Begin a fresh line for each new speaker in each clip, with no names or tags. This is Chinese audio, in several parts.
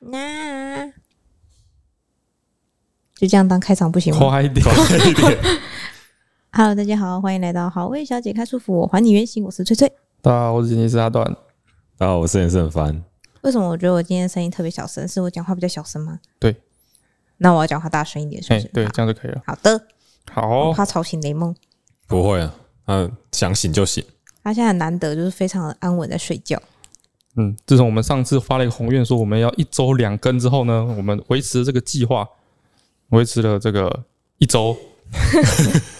那就这样当开场不行吗
快一点，快一点！
？Hello，大家好，欢迎来到好味小姐开束缚，我还你原形，我是翠翠。
大家好，我是剪辑师阿段。
大家好，我是严胜凡。
为什么我觉得我今天声音特别小声？是我讲话比较小声吗？
对，
那我要讲话大声一点，是
哎、
不是？
对，哦
好
这样就可以了。
好的，我
好，
怕吵醒雷梦。
不会啊，嗯、想醒就醒。
他现在很难得就是非常的安稳在睡觉，
嗯，自从我们上次发了一个宏愿，说我们要一周两更之后呢，我们维持这个计划，维持了这个一周。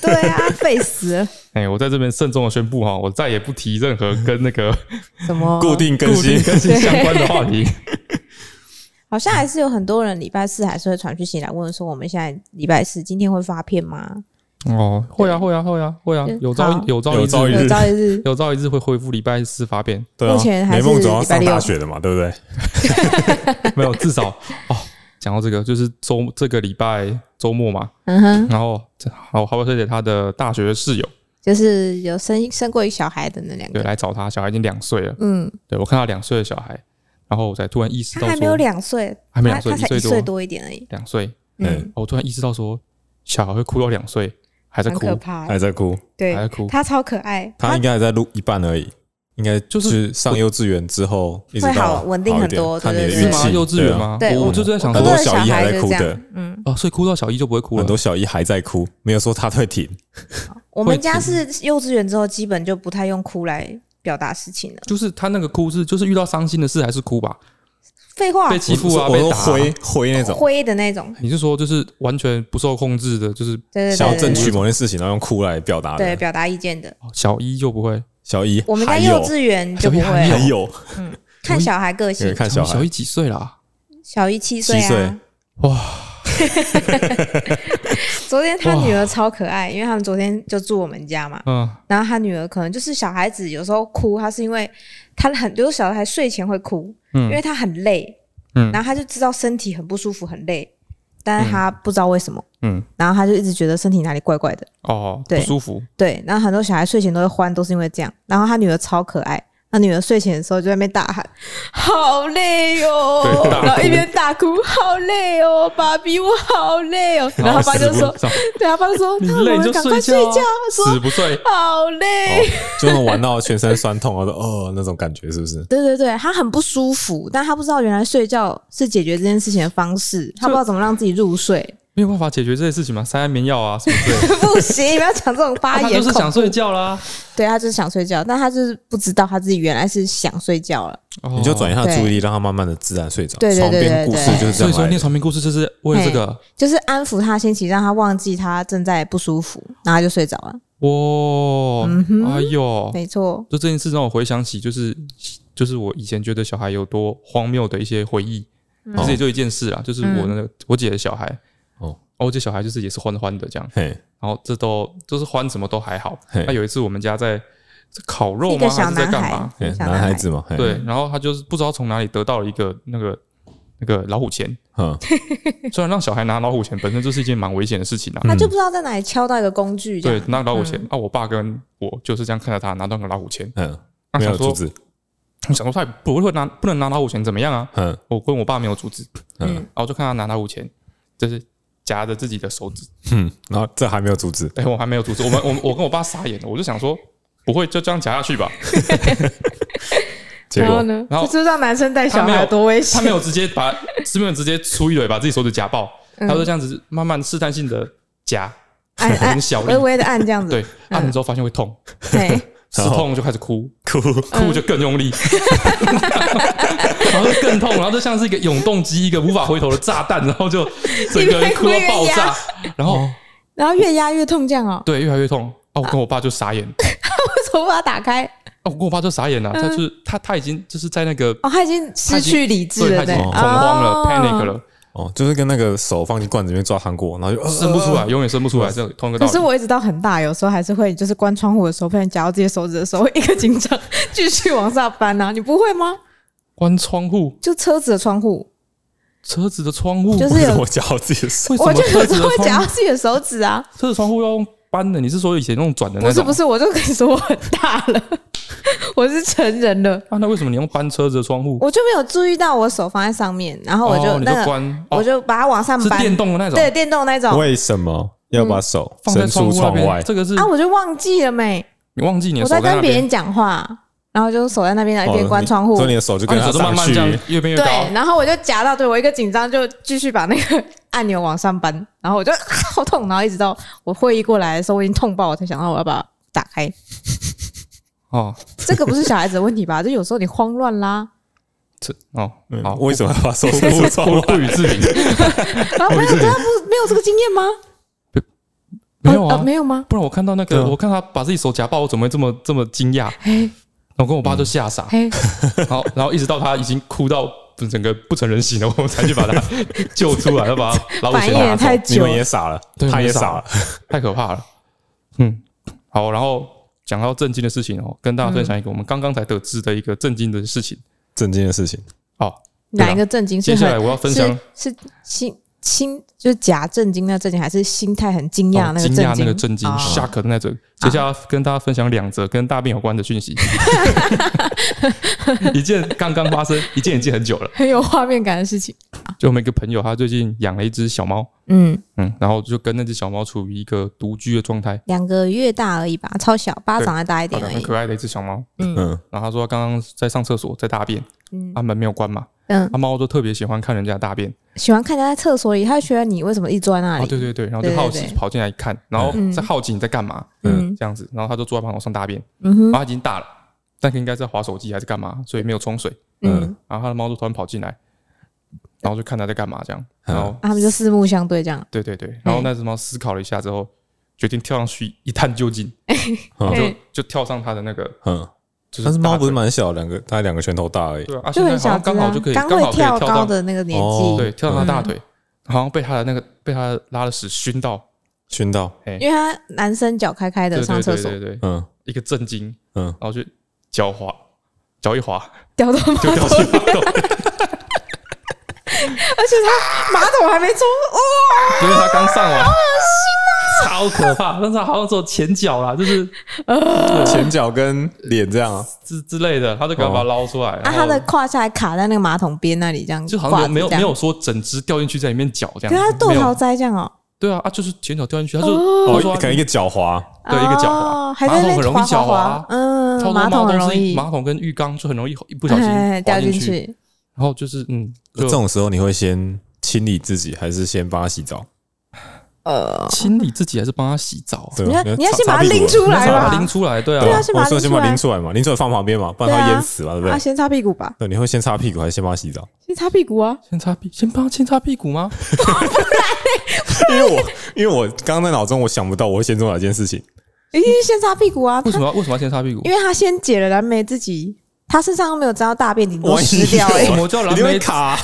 对啊， 废死了，
哎、我在这边慎重的宣布哈，我再也不提任何跟那个
什么
固定 更
固
新
定，更新相关的话 题。
好像还是有很多人礼拜四还是会传讯息来问说，我们现在礼拜四今天会发片吗？
哦，会啊，会啊，会啊，会啊
嗯，
有朝
好
一有朝
有朝
一
一
日
日
有朝一日，
有朝一日会恢复礼拜四发片，
对啊
目前，还
雷
是
梦总要
礼拜
上
六
大学的嘛，对不对？
没有，至少哦。讲到这个，就是周这个礼拜周末嘛，
嗯哼，
然后这好好不小姐她的大学室友
就是有生生过一小孩的那两
对
个，
来找她，小孩已经两岁了。
嗯，
对我看到两岁的小孩，然后我才突然意识
他
到
还没有
说
两岁，
还没
他
两岁
他才
一岁
一岁
多
多一点而已，
两岁，
嗯，
我突然意识到说小孩会哭到两岁，还在
很可
哭，还
怕，
还在哭，
对，
在哭。
他超可爱，
他应该还在录一半而已，应该就是上幼稚园之后一直
会好
到
稳定
好一
很
点
多
看你
对
的
对
运
对
是
气
吗？。幼稚
对
园
啊？
吗？
对
我
我
就在想
很
说
多
我的
小
小
一
孩
还在
就
哭
这样
的，
嗯，
啊，所以哭到小一就不会哭
很
了。
多小一还在哭，没有说他会停。
我们
会
家
哭
是幼稚园之后，基本就不太用哭来表达事情了。
就是他那个哭是，就是遇到伤心的事还是哭吧？
废话
被，欺负啊，
我
被
说
打啊
挥。挥那种
灰的那种，
你是说就是完全不受控制的，就是
对对
想要
对
争
对
取某件事情，然后用哭来表达
对，对
的。
表达意见的。
哦小一就不会，
小一，
我们家
还
幼
有
稚园就不
还
还
会
有，
看小孩个
有
性，
看小孩
小一几岁啦？
小一七岁
七岁
啊，哇！昨天他女儿超可爱，因为他们昨天就住我们家嘛，
嗯，
然后他女儿可能就是小孩子有时候哭，他是因为他很就是小孩睡前会哭，
嗯
因为他很累，
嗯
然后他就知道身体很不舒服，很累，但是他不知道为什么，
嗯，
然后他就一直觉得身体哪里怪怪的，
哦，不
对
舒服，
对，然后很多小孩睡前都会欢，都是因为这样。然后他女儿超可爱，他女儿睡前的时候就在那边大喊：“好累哦
对！”大哭
然后一边大哭：“好累哦，爸比，我好累哦！”然后他爸就说：“
死不
对，他爸就说，
你
那我
累
们
就
赶快
睡
睡觉。”
觉啊，
他
死
说
不睡：“，
好累。哦
哦就是玩到全身酸痛，我说哦那种感觉是不是？
对对对，他很不舒服，但他不知道原来睡觉是解决这件事情的方式，他不知道怎么让自己入睡。
没有办法解决这些事情嘛，塞安眠药啊什么之类的。
不行，不要讲这种发
啊他
言
就是
恐。
想睡觉啦，
对他就是想睡觉，但他就是不知道他自己原来是想睡觉了。
你
你就转移他的
哦对
注意力，让他慢慢的自然睡着。
对对
床
对对
边故事
对
就是这
哦所以
样
说
来
念
的。
床边故事就是为了这个。
就是安抚他的心情，让他忘记他正在不舒服，然后他就睡着了。
哇，哎呦，
没错，
就这件事让我回想起，就是就是我以前觉得小孩有多荒谬的一些回忆。其实也就一件事啦，就是我那个我姐的小孩，
哦，
我姐小孩就是也是欢欢的这样，
嘿，
然后这都就是欢什么都还好。
嘿
那有一次我们家在是烤肉
一
吗？
个小
还是在
男
干
孩
嘛？，
嘿
小
男孩子嘛，嘿，
对，然后他就是不知道从哪里得到了一个那个那个老虎钳，
嗯，
虽然让小孩拿老虎钳本身就是一件蛮危险的事情啊。
他就不知道在哪里敲到一个工具这
对
样，，
拿老虎钳、啊，我爸跟我就是这样看着他拿到个老虎钳，
嗯，
那
没有
想
阻
说
止，
想说他也不会拿不能拿老虎钳怎么样啊？
嗯
我跟我爸没有阻止，
嗯
然后我就看他拿老虎钳，就是夹着自己的手指，
嗯，然后这还没有阻
啊
止，
哎、我还没有阻止，我们我们我跟我爸傻眼了，我就想说不会就这样夹下去吧？
结果
呢
然后
这知道男生带
他没有
危
他没有直接把，是没有直接出一腿把自己手指夹爆，他就这样子慢慢试探性的夹，
按
很
按
小力
哎微微的按这样子，
对，按了之后发现会痛，
对，
是
然后
痛就开始哭，
哭，
嗯
哭就更用力， 然后就更痛，然后就像是一个永动机，一个无法回头的炸弹，然 后就整个人哭到爆炸，然后
然后越压越痛这样 哦，
对越来越痛。哦，我跟我爸就傻眼，哦，
为什么把它打开？
我跟我爸就傻眼了，啊他就是他他已经就是在那个
哦，他已经嗯失去理智
对，他
了，
已经
对，
恐慌了
哦
，panic。了，
哦，就是跟那个手放进罐子里面抓糖果，然后就呃
生不出来，，永远生不出来，这同一个
哦
道
可是
理。
我一直到很大，有时候还是会，就是关窗户的时候，不然夹到自己的手指的时候，会一个紧张，继续往下翻啊！你不会吗？
关窗户，
就车子的窗户，
车子的窗户，
就
呃为
是有
什，么夹我自己的手？
为什
我
么
就
车
有时
子
候
的
会夹
窗
到
户，
自己的手指啊。
车子窗户要用搬的？你是说以前那种转的那
不
种？
是不是，我就跟你说我很大了，我是成人了，
啊，那为什么你用搬车子的窗户？
我就没有注意到我手放在上面，然后我就、
哦、你就
那个，
关，
我
哦，
就把它往上
是
搬，
电动的那种，
对，电动那种
为什么要把手
嗯放在
伸
窗
出
户那
窗
边。
外？
这个是
啊，我就忘记了没，
你忘记你的
我
手
在
在
跟
那
别
边，
人讲话，然后就手在那边，然后一边
哦
关
你
窗户，
所以你的手就
啊
跟
你手
它
就慢
上
慢这样
去，
越变越
对
高，，
然后我就夹到，对我一个紧张就继续把那个按钮往上搬，然后我就、 啊好痛，然后一直到我会议过来的时候，我已经痛爆，我才想到我要把它打开。
哦，
这个不是小孩子的问题吧？就有时候你慌乱 啦，
这哦，
嗯
好，
为什么要把手
不
伸出窗
不
外？
不予置评，
啊，没有，他不没有这个经验吗？
没有
哦
啊
哦，没有吗？
不然我看到那
对
个，
啊
我看他把自己手夹爆，我怎么会这么这么惊讶？
嘿，
我跟我爸就 吓傻，
嘿，
然后然后一直到他已经哭到整个不成人形了，我们才去把他救出来，要把他老虎
反
钳
应也
拿
太
走，
你
久
们
了，
也傻了
对，
他
我
也
们傻
傻了。
太可怕了。嗯，好，然后讲到震惊的事情哦，跟大家分享一个我们刚刚才得知的一个震惊的事情。
震惊的事情，
哦，
哪一个震惊是
接下来
很
我要分享
是是心心就是假震惊那震惊，还是心态很惊讶
哦
那个
惊
震
讶
惊？
那个震惊
哦
shock 的那种。接下来跟大家分享两则跟大便有关的 讯息，一件刚刚发生，一件已经很久了。
很有画面感的事情。
就我们一个朋友，他最近养了一只小猫，
嗯，
嗯，然后就跟那只小猫处于一个独居的状态，
两个月大而已吧，超小，巴掌还大一
好
点
的
而
很
已。
可爱的一只小猫。
嗯，
然后他说他刚刚在上厕所，在大便，
嗯
他门没有关嘛，
嗯，
他猫就特别喜欢看人家大便。
喜欢看人家在厕所里，他就觉得你为什么一直坐在那里？
哦，对对对，然后
哎对
就
对
好奇
对
跑进来看，然后
嗯
在好奇你在干嘛
嗯
这样子，然后他就坐在马桶上大便，
嗯
然
哼
后他已经大了，但应该在划手机还是干嘛，所以没有冲水。
嗯，
然后他的猫就突然跑进来，然后就看他在干嘛这样，然后
啊他们就四目相对这样。
对对对，然后那只猫思考了一下之后，决定跳上去一探究竟，
嗯
对，
哦就跳上它的那个
嗯，
就是大腿。
但是猫不是蛮小，两个它两个拳头大而已。
对啊啊，
就
现在
很
好
小
像
只
刚好
啊
就可，以
刚
刚
会
好可以
跳
跳
高
到
的那个年
哦
纪，
对，跳到他大
嗯
腿，好像被他的那个被他拉的屎熏到，
熏到，
因为他男生脚开开
对
的
对
上厕
对
所
对对，
嗯
一个震惊，
嗯，
然后就脚滑，脚一滑
掉到马桶，
就掉进马桶，
而且他马桶还没冲，哦，
因为他刚上完，好恶心啊，超可怕，但是他好像只有前脚啦，就是
前脚跟脸这样啊，
之之类的，他就赶快把它
哦
捞出来，
啊，
然
他
后
的胯下还卡在那个马桶边那里，这样
就好像没
挂
有没有没
着
有说整只掉进去在里面脚这
这样，可是他是，
样没
豆桃
有，
栽这样哦，
对啊啊，就是前脚掉进去，他就
哦
他，说啊
可
嗯
能一个脚滑，
对一个脚滑
哦还在那
马桶很
边
容易
滑
脚
滑
滑
滑，嗯，
超
马
多
桶
猫
很
都
容
是
易
马桶跟浴缸就很容易一不小心
哎
滑
掉进
去，
去，
然后就是嗯，
这
就
种时候你会先清理自己，还是先帮它洗澡？
呃，
清理自己还是帮他洗澡啊，
对
你
吧
要，你要
擦
先把它拎。
擦屁股
出
你要
来
把它
吧
拎，出来，对
对
对啊
啊
啊，，
先把
我
它
说
拎出
先把它
来
拎出来嘛，拎出来放旁边嘛，不然
对
它
啊
会淹死嘛，对不
啊，
对？
先擦屁股吧，
对，你会先擦屁股还是先帮它洗澡？
先擦屁股啊，
先擦屁，先帮他先擦屁股吗？
因为我因为我刚刚在脑中我想不到我会先做哪件事情，
一定是先擦屁股啊，
为
他
什么要为什么要先擦屁股？
因为他先解了蓝莓自己，他身上又没有沾到大便，顶多
万一
湿掉 哎、
什么叫蓝
一定
莓
会卡啊？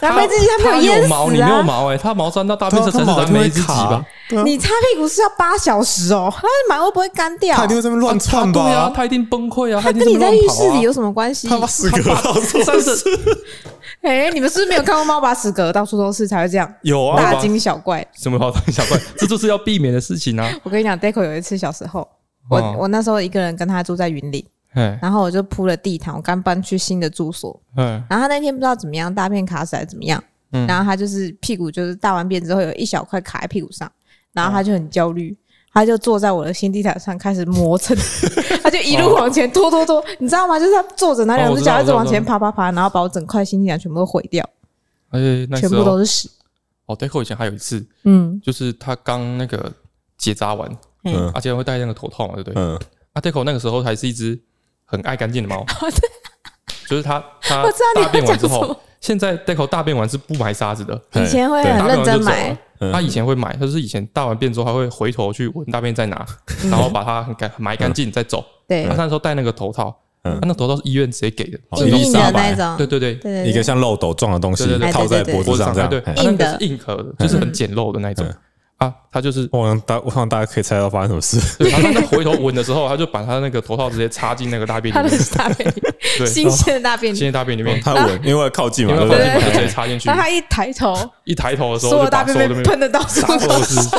蓝莓自己他
它
没有淹
毛，你
死
没有
啊！
毛哎、它毛沾到大便色才是
它毛
蓝莓自
一定
己
会卡
吧？
对啊
你擦屁股是要八小时哦，他马上会不会干掉
它一？定会这边乱窜
对啊
吧？，
它一定崩溃啊！它一定
跟你在浴室里
有
有什么关系
他？ 把屎壳到处
三十，
哎、你们是不是没有看过猫把屎嗝到处都是才会这样
有啊，
大惊小怪？
什么好当小怪，这就是要避免的事情啊！
我跟你讲，Deco 有一次小时候，我、
哦
我那时候一个人跟他住在云里，
哎
然后我就铺了地毯，我刚搬去新的住所，
哎，
然后他那天不知道怎么样大便卡死还是怎么样，
嗯
然后他就是屁股就是大完便之后有一小块卡在屁股上，然后
哦
他就很焦虑，他就坐在我的新地毯上开始磨蹭， 他就一路
哦
往前拖拖拖，你知道吗？就是他坐着，那两只脚一直往前爬爬爬，然后把我整块新地毯全部都毁掉，
而且哎那
全
时
部
候
都是屎。
哦，Deco 以前还有一次，
嗯，
就是他刚那个结扎完，
嗯
而且会戴那个头套嘛，对不对？
嗯，
啊，Deco 那个时候还是一只很爱干 净的猫，
好的，
就是它
哦
它
我知道你要
大便完之
讲什
后
么，
现在 Deco 大便完是不埋沙子的，
以前会
对
很
大便
认
完就
真
走
买
了，。
嗯
他以前会买，他就是以前大完便之后，他会回头去闻大便在哪，
嗯
然后把它很干埋干净再走。
对
他，那时候戴那个头套，
嗯哦
他那头套是医院直接给的，
好
硬硬的那
对
种，
对对，
哦对
一
对
个
对，
像漏斗状的东西
对对对
套在脖子上这样
对，。
嘿
他那
硬
个
的
是硬壳的，就是很简陋的那一种
嗯哦
啊。他就是
我想大，我想大家可以猜到发生什么事。
对，他他回头闻的时候，他就把他那个头套直接插进那个大便
他
里
的
面，
大便里，
对，
新鲜的大便
新
里，
鲜大便里面，
哦他闻，因为我靠近
啊因
嘛，
为
对
他
不
放
对
进去就直接
嘿？
插进去
然，后他一抬头，
一抬头的时
所
候
有
就
大
把
便
所有
被
的便
喷的到处
撒
都
都
是
是，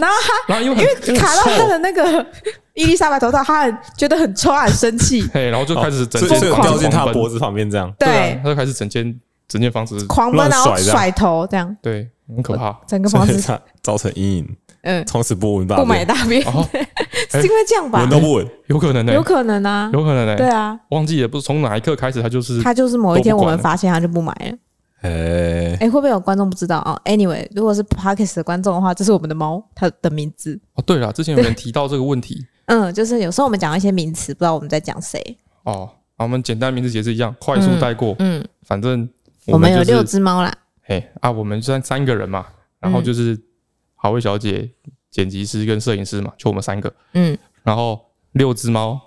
然后
然后因为很因为
卡到
很
他
臭，
的那个伊丽莎白头套，她很觉得很臭，她很 生气，
嘿，然后就开始整
哦所
间
以所
疯
以我
狂
掉
房子
进他
狂
的脖
奔，
子旁边这样。
啊
对，，
他就开始整间整间房 子，
狂奔，
乱
然后
甩这样
甩头这样，
对，很可 怕。
整个
所
房
以
子
他造成阴影，
嗯
从此不闻大
不买
便，
大便，
哦，
是因为这样吧
闻？都不闻。
有可能呢，欸
有可能啊，
有可能呢，
对啊，
忘记也不是从哪一刻开始，他就是
他就是某一天
都不
我
管
们发现他就不买了。
哎，
哎，会不会有观众不知道啊？Anyway，如果是 Parkes 的观众的话，这是我们的猫，它的名字。
哦，对了，之前有人提到这个问 题
嗯，就是有时候我们讲一些名词，不知道我们在讲谁。
哦，好我们简单名字解释一样，快速带过，
嗯，
反正
我们有
就
六嗯
是
只猫啦，
哎啊，我们算三个人嘛，然后就是好味小姐、剪辑师跟摄影师嘛，就我们三个，
嗯，
然后六只猫，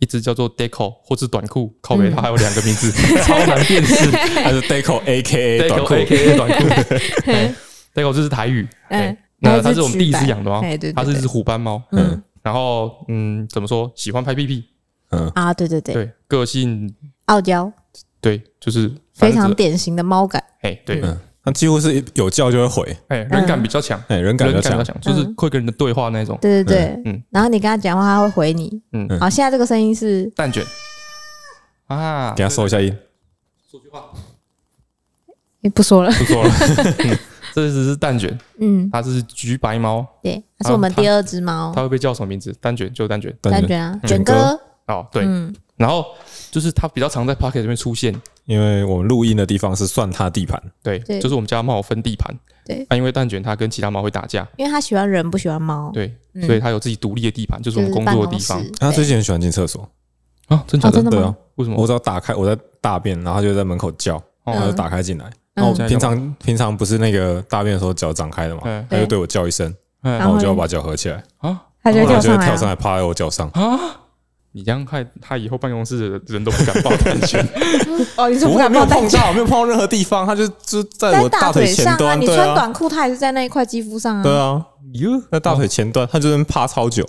一只叫做 Deco 或是短裤，靠
嗯
北它还有两个名 字，超难辨识。
还是 Deco A K A 短
Deco
裤
A K A 短 裤哎，Deco 这是台语，
嗯
哎，那
还
它
是
是我们第
橘
一只
白
养的猫
哎对对，
它是一
对
只虎斑猫，
嗯
然后嗯，怎么说，喜欢拍屁屁，
嗯，
啊，对对对，
对，个性
傲娇，
对，就是
非
反正
常
只
典型的猫感。
哎对，
嗯，他几乎是有叫就会回，
哎人感比较强，
哎，人感
人
比
感
较
比较
强，
强，就是会跟人的对话那种，
嗯对对
嗯
对
嗯，
然后你跟他讲话，他会回你。
嗯
好，现在这个声音是
蛋卷啊，
给他收一下音。
说句话，
诶不说了，
不说了，嗯这只是蛋卷，
嗯，
它是橘白猫，
对，它是我们第二只猫
它，会被叫什么名字？蛋卷就蛋卷
感
但
觉
是
啊，
嗯
卷哥，
哦，对，
嗯，
然后就是它比较常在 Pocket 这边出现，
因为我们录音的地方是算他地盘，
对，
对
就是我们家猫有分地盘，
对
啊，因为蛋卷它跟其他猫会打架，
因为它喜欢人，不喜欢猫，
对，
嗯
所以它有自己独立的地盘，就是
就
我们
是
工
办
作的
公
地
室
方。
他最
对
近很喜欢进厕所，
啊，真假
哦，
的
真？的
对
吗
啊？，
为什么？
我只要打开，我在大便，然后他就在门口叫，
哦
然后
嗯
就打开进来。
嗯
然后我平常平常不是那个大便的时候脚张开的嘛，
嗯
他就对我叫一声，
然
然
嗯
后
后我就要
呢
把脚合起来，
啊
它就
然
会
后
跳上
就会
来
跳上
啊，
来趴在我脚上。
啊！你这样害它以后办公室的人都不敢抱蛋 卷，
哦，你是不
我
敢
没有
抱蛋
碰
卷
到，我没有碰到任何地方，他就就在
在
我
大
腿前
上啊，
端，
你
对
穿
啊，
短裤，它也是在那一块肌肤上啊，
对啊，
哟，
那大腿前端，他就能趴超久。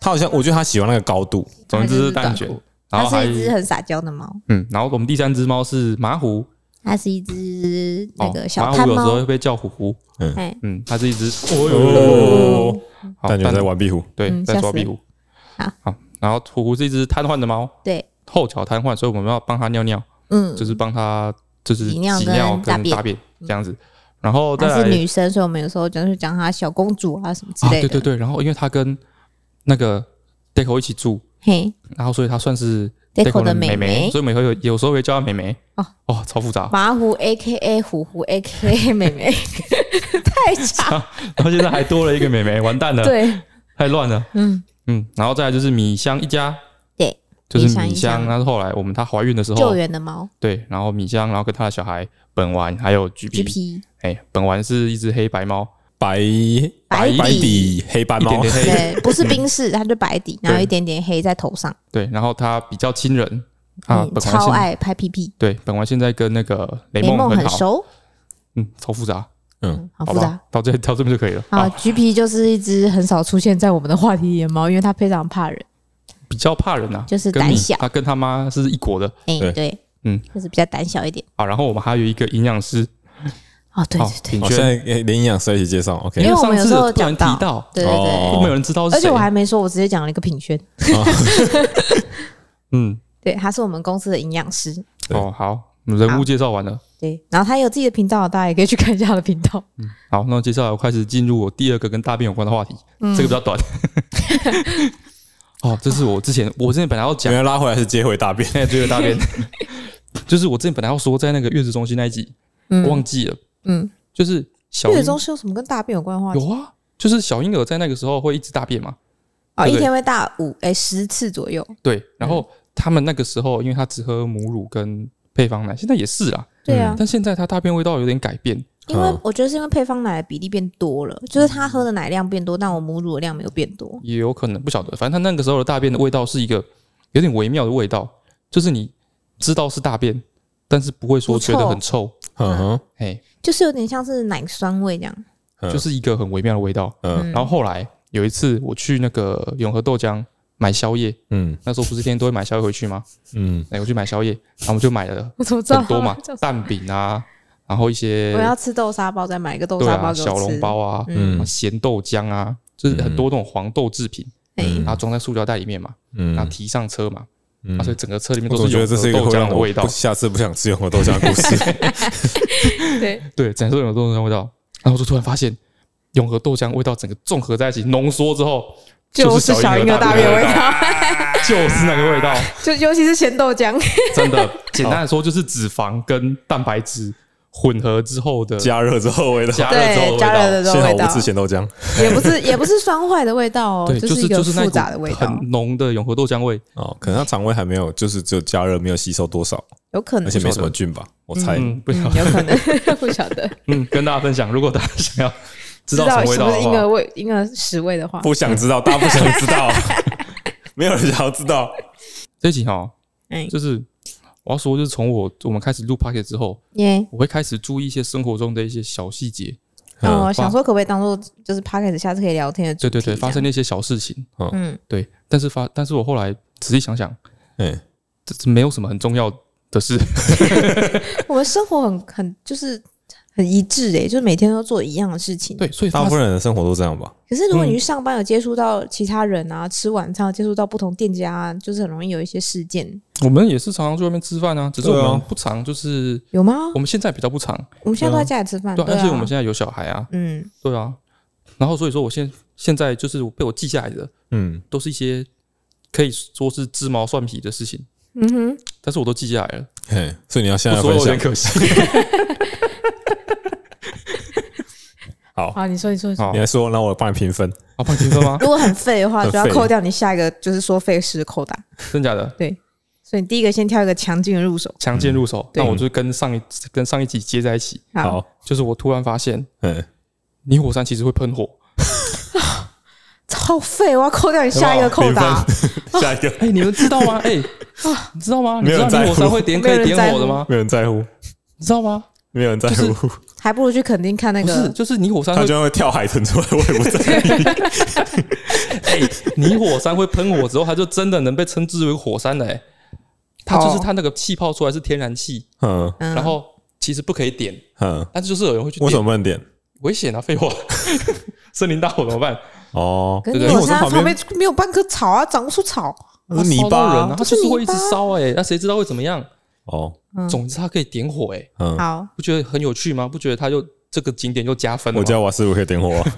他好像，我觉得他喜欢那个高度，
总之是蛋
它就
卷
是短裤，
然
它
后还
是一只很撒娇的猫，
嗯，然后我们第三只猫是马虎，
它是一只那
哦
个小
马虎
贪
有时候
猫
会，被叫虎虎，
哎，
嗯，它是一只
哦
好
但就
蛋
在玩壁虎，
对，
嗯
在
吓
抓
死
壁
人
虎。
好，
然后虎虎是一只瘫痪的猫，
对，
后脚瘫痪，所以我们要帮它尿尿，
嗯，
就是帮它就是
挤尿
挤
跟
尿
大
跟
便
大便这样子。然后再
她
来
是女生，所以我们有时候就是讲她小公主啊什么之
啊，
类
对
的，
对对，然后因为它跟那个 Deco 一起住，
嘿
然后所以它算是
，Deco
的
的妹
妹，
妹。
所以每回有有时候会叫它妹妹。
哦
哦，超复杂。
马虎 A K A 虎虎 A K A 妹妹，太长
然后现在还多了一个妹 妹，完蛋了，
对，
太乱了。
嗯，
嗯，然后再来就是米香一家，
对，
就是
米香
米
一家
香。然后后来我们她怀孕的时
救
候，
援的猫
对，然后米香，然后跟她的小孩本丸还有
G P，
哎、本丸是一只黑白猫，
白
白底
白底黑斑
一点
猫，
点黑，
对，不是冰室，它就白底，然后一点点黑在头上，
对，然后它比较亲人啊，
嗯，
本丸
超
现
爱拍屁屁，
对本丸现在跟那个雷
雷梦
很
很
好，
熟，
嗯，超复杂，
嗯，
嗯，好
好
复杂
吧。，到这到这边就可以了。
好
啊，
，G P 就是一只很少出现在我们的话题里的猫，因为它非常怕人，
比较怕人啊，
就是
跟
胆
你
小
他跟他妈是一国的
哎，
对
对，
嗯，
就是比较胆小一点。
啊。然后我们还有一个营养师，
哦，对
好
对对，
品
我现
轩，
在给连营养师一起介绍，OK，
因为我
上
们有
次
时候
突然
讲
提
到
到，
对对对，
哦
都没有人知道是谁，
而且我还没说，我直接讲了一个品轩，
嗯
对，他是我们公司的营养师，
对
哦好，人物介绍完了。
对，然后他有自己的频道，大家也可以去看一下他的频道。
好，那接下来我开始进入我第二个跟大便有关的话题，
嗯
这个比较短。 哦，这是我之前我之前本来要讲
原，来拉回来是接回大便，
现在追了大便， 就是我之前本来要说在那个月子中心那一集，
嗯
忘记了，
嗯，
就是小
月子
婴
中是有什么跟大便有关的话题？
有啊，就是小婴儿在那个时候会一直大便嘛，
哦，一
对不对
天会大五哎十次左右。
对，然后
嗯
他们那个时候因为他只喝母乳跟配方奶，现在也是啦，
对啊，
但现在他大便味道有点改变，
因为
嗯
我觉得是因为配方奶的比例变多了，就是他喝的奶量变多，但我母乳的量没有变多。
也有可能不晓得，反正他那个时候的大便的味道是一个有点微妙的味道，就是你知道是大便，但是不会说
不
觉
臭
得很臭，
嗯哼，
哎，
就是有点像是奶酸味这样，
嗯
就是一个很微妙的味道。
嗯
嗯
然后后来有一次我去那个永和豆浆买宵夜，
嗯
那时候不是天天都会买宵夜回去吗？
嗯，
哎、我去买宵夜，然后我们就买了
我怎 么知
很多嘛，蛋饼啊，然后一些
我要吃豆沙包，再买一个豆
对
沙包
啊
给
小
我吃。
笼包啊，
嗯
咸豆浆啊，就是很多那种黄豆制品，
哎、哎
嗯
然后装在塑胶袋里面嘛，
嗯
然后提上车嘛，
嗯
啊所以整个车里面
我
都
总
是
觉
有
得这是一个
豆
会
浆
让
的
我
味道
不，下次不想吃永和豆浆的故事。
嗯
对，
对，整个都有豆浆味道。然后我就突然发现，永和豆浆味道整个综合在一起浓缩之后，
就是
小
小
婴
婴
儿
儿
大
大
便
便
的味
味道，
就是那个味道。
就尤其是咸豆浆，
真 的，简单的说就是脂肪跟蛋白质混合之后的
加热之后 味道，
加热之后
对，加热
的
的这
味
幸
种
好
味
我
道
不，吃咸豆浆。
也不是也不是酸坏的味道
道，
哦，
对，就是
一个
就是那
复
股
杂的味道，
很浓的永和豆浆味。
哦，可能他肠胃还没有，就是只有加热，没有吸收多少，
有可
而
能
且，没什么菌吧，我猜。
嗯，不晓
嗯嗯有可能 不晓得，
嗯，跟大家分享，如果大家想要知
知
道什
道
么味
是
道
不
的
是婴儿
话，
味、婴儿屎味的话，
不想知 道，大家不想知道，没有人想要知道。
这一集哈，
哎
就是我要说，就是从我我们开始录 p o c k e t 之后，
耶，
我会开始注意一些生活中的一些小细节。
嗯
哦，想
哇
说可不可以当做就是 p o d c a s 下次可以聊天的主
嗯对
题，
对对，发生了一些小事情，
这样，嗯，
对，但是发，但是我后来仔细想想，
嗯，
这这没有什么很重要的事，
我们生活很很就是很一致诶，就是每天都做一样的事情，
对，嗯所以
大
发
部分人的生活都这样吧。
可是如果你去上班有接触到其他人啊，吃晚餐有接触到不同店家、啊，就是很容易有一些事件，
我们也是常常去外面吃饭啊，只是
对啊
我们不常，就是
有吗？
我们现在比较不常，
我们现在都在家里吃饭，
对啊，
对
而
啊，
且我们现在有小孩啊，
嗯，
对啊，然后所以说我现现在就是被我记下来的，
嗯，
都是一些可以说是鸡毛蒜皮的事情，
嗯哼，
但是我都记下来了，
嘿，所以你要现
不
在
说
分
有点
享。
可惜。
好，
哦
好，你说，你说，你说。
好
你，来说，那我帮你评分。
啊，帮你评分吗？
如果很废的话，
很
就
废
要扣掉你下一个就是说废事扣打。
真假的？
所以你第一个先挑一个强劲的入手。
强健入手，
对
那我就跟上一跟上一集接在一起，
好，
好，
就是我突然发现
嗯，
泥火山其实会喷 火，
超废，我要扣掉你下一个扣打。啊
下一个
哎，你们知道吗？ 哎，你知道吗？你
没有
知道
人在
泥
乎
火山会点可
没有人
以点
在
火的
乎
吗？
没有人在乎，
你知道吗？
没有人在乎，
还不如去垦丁看那
不是，
个。
就是泥火山
他
会
居然会跳海豚出来，我也不在
泥火山会喷火之后，它就真的能被称之为火山了、欸。它就是
哦
它那个气泡出来是天然气，
乎。嗯
嗯
然后其实不可以点，
嗯，
但是就是有人会去
为什
点，
么不能点？
危险啊！废话， 森林大火怎么办？
哦，
可是
对
你
对
火山
因为我在
旁
旁
边
边
没有半棵草啊，长不出草。
那是泥巴
烧到人啊，
啊
它就是会一直烧哎、那谁知道会怎么样？
哦，
嗯
总之它可以点火哎、
嗯，
好，
不觉得很有趣吗？不觉得它又这个景点又加分了
我
吗？
家瓦斯炉可以点火啊。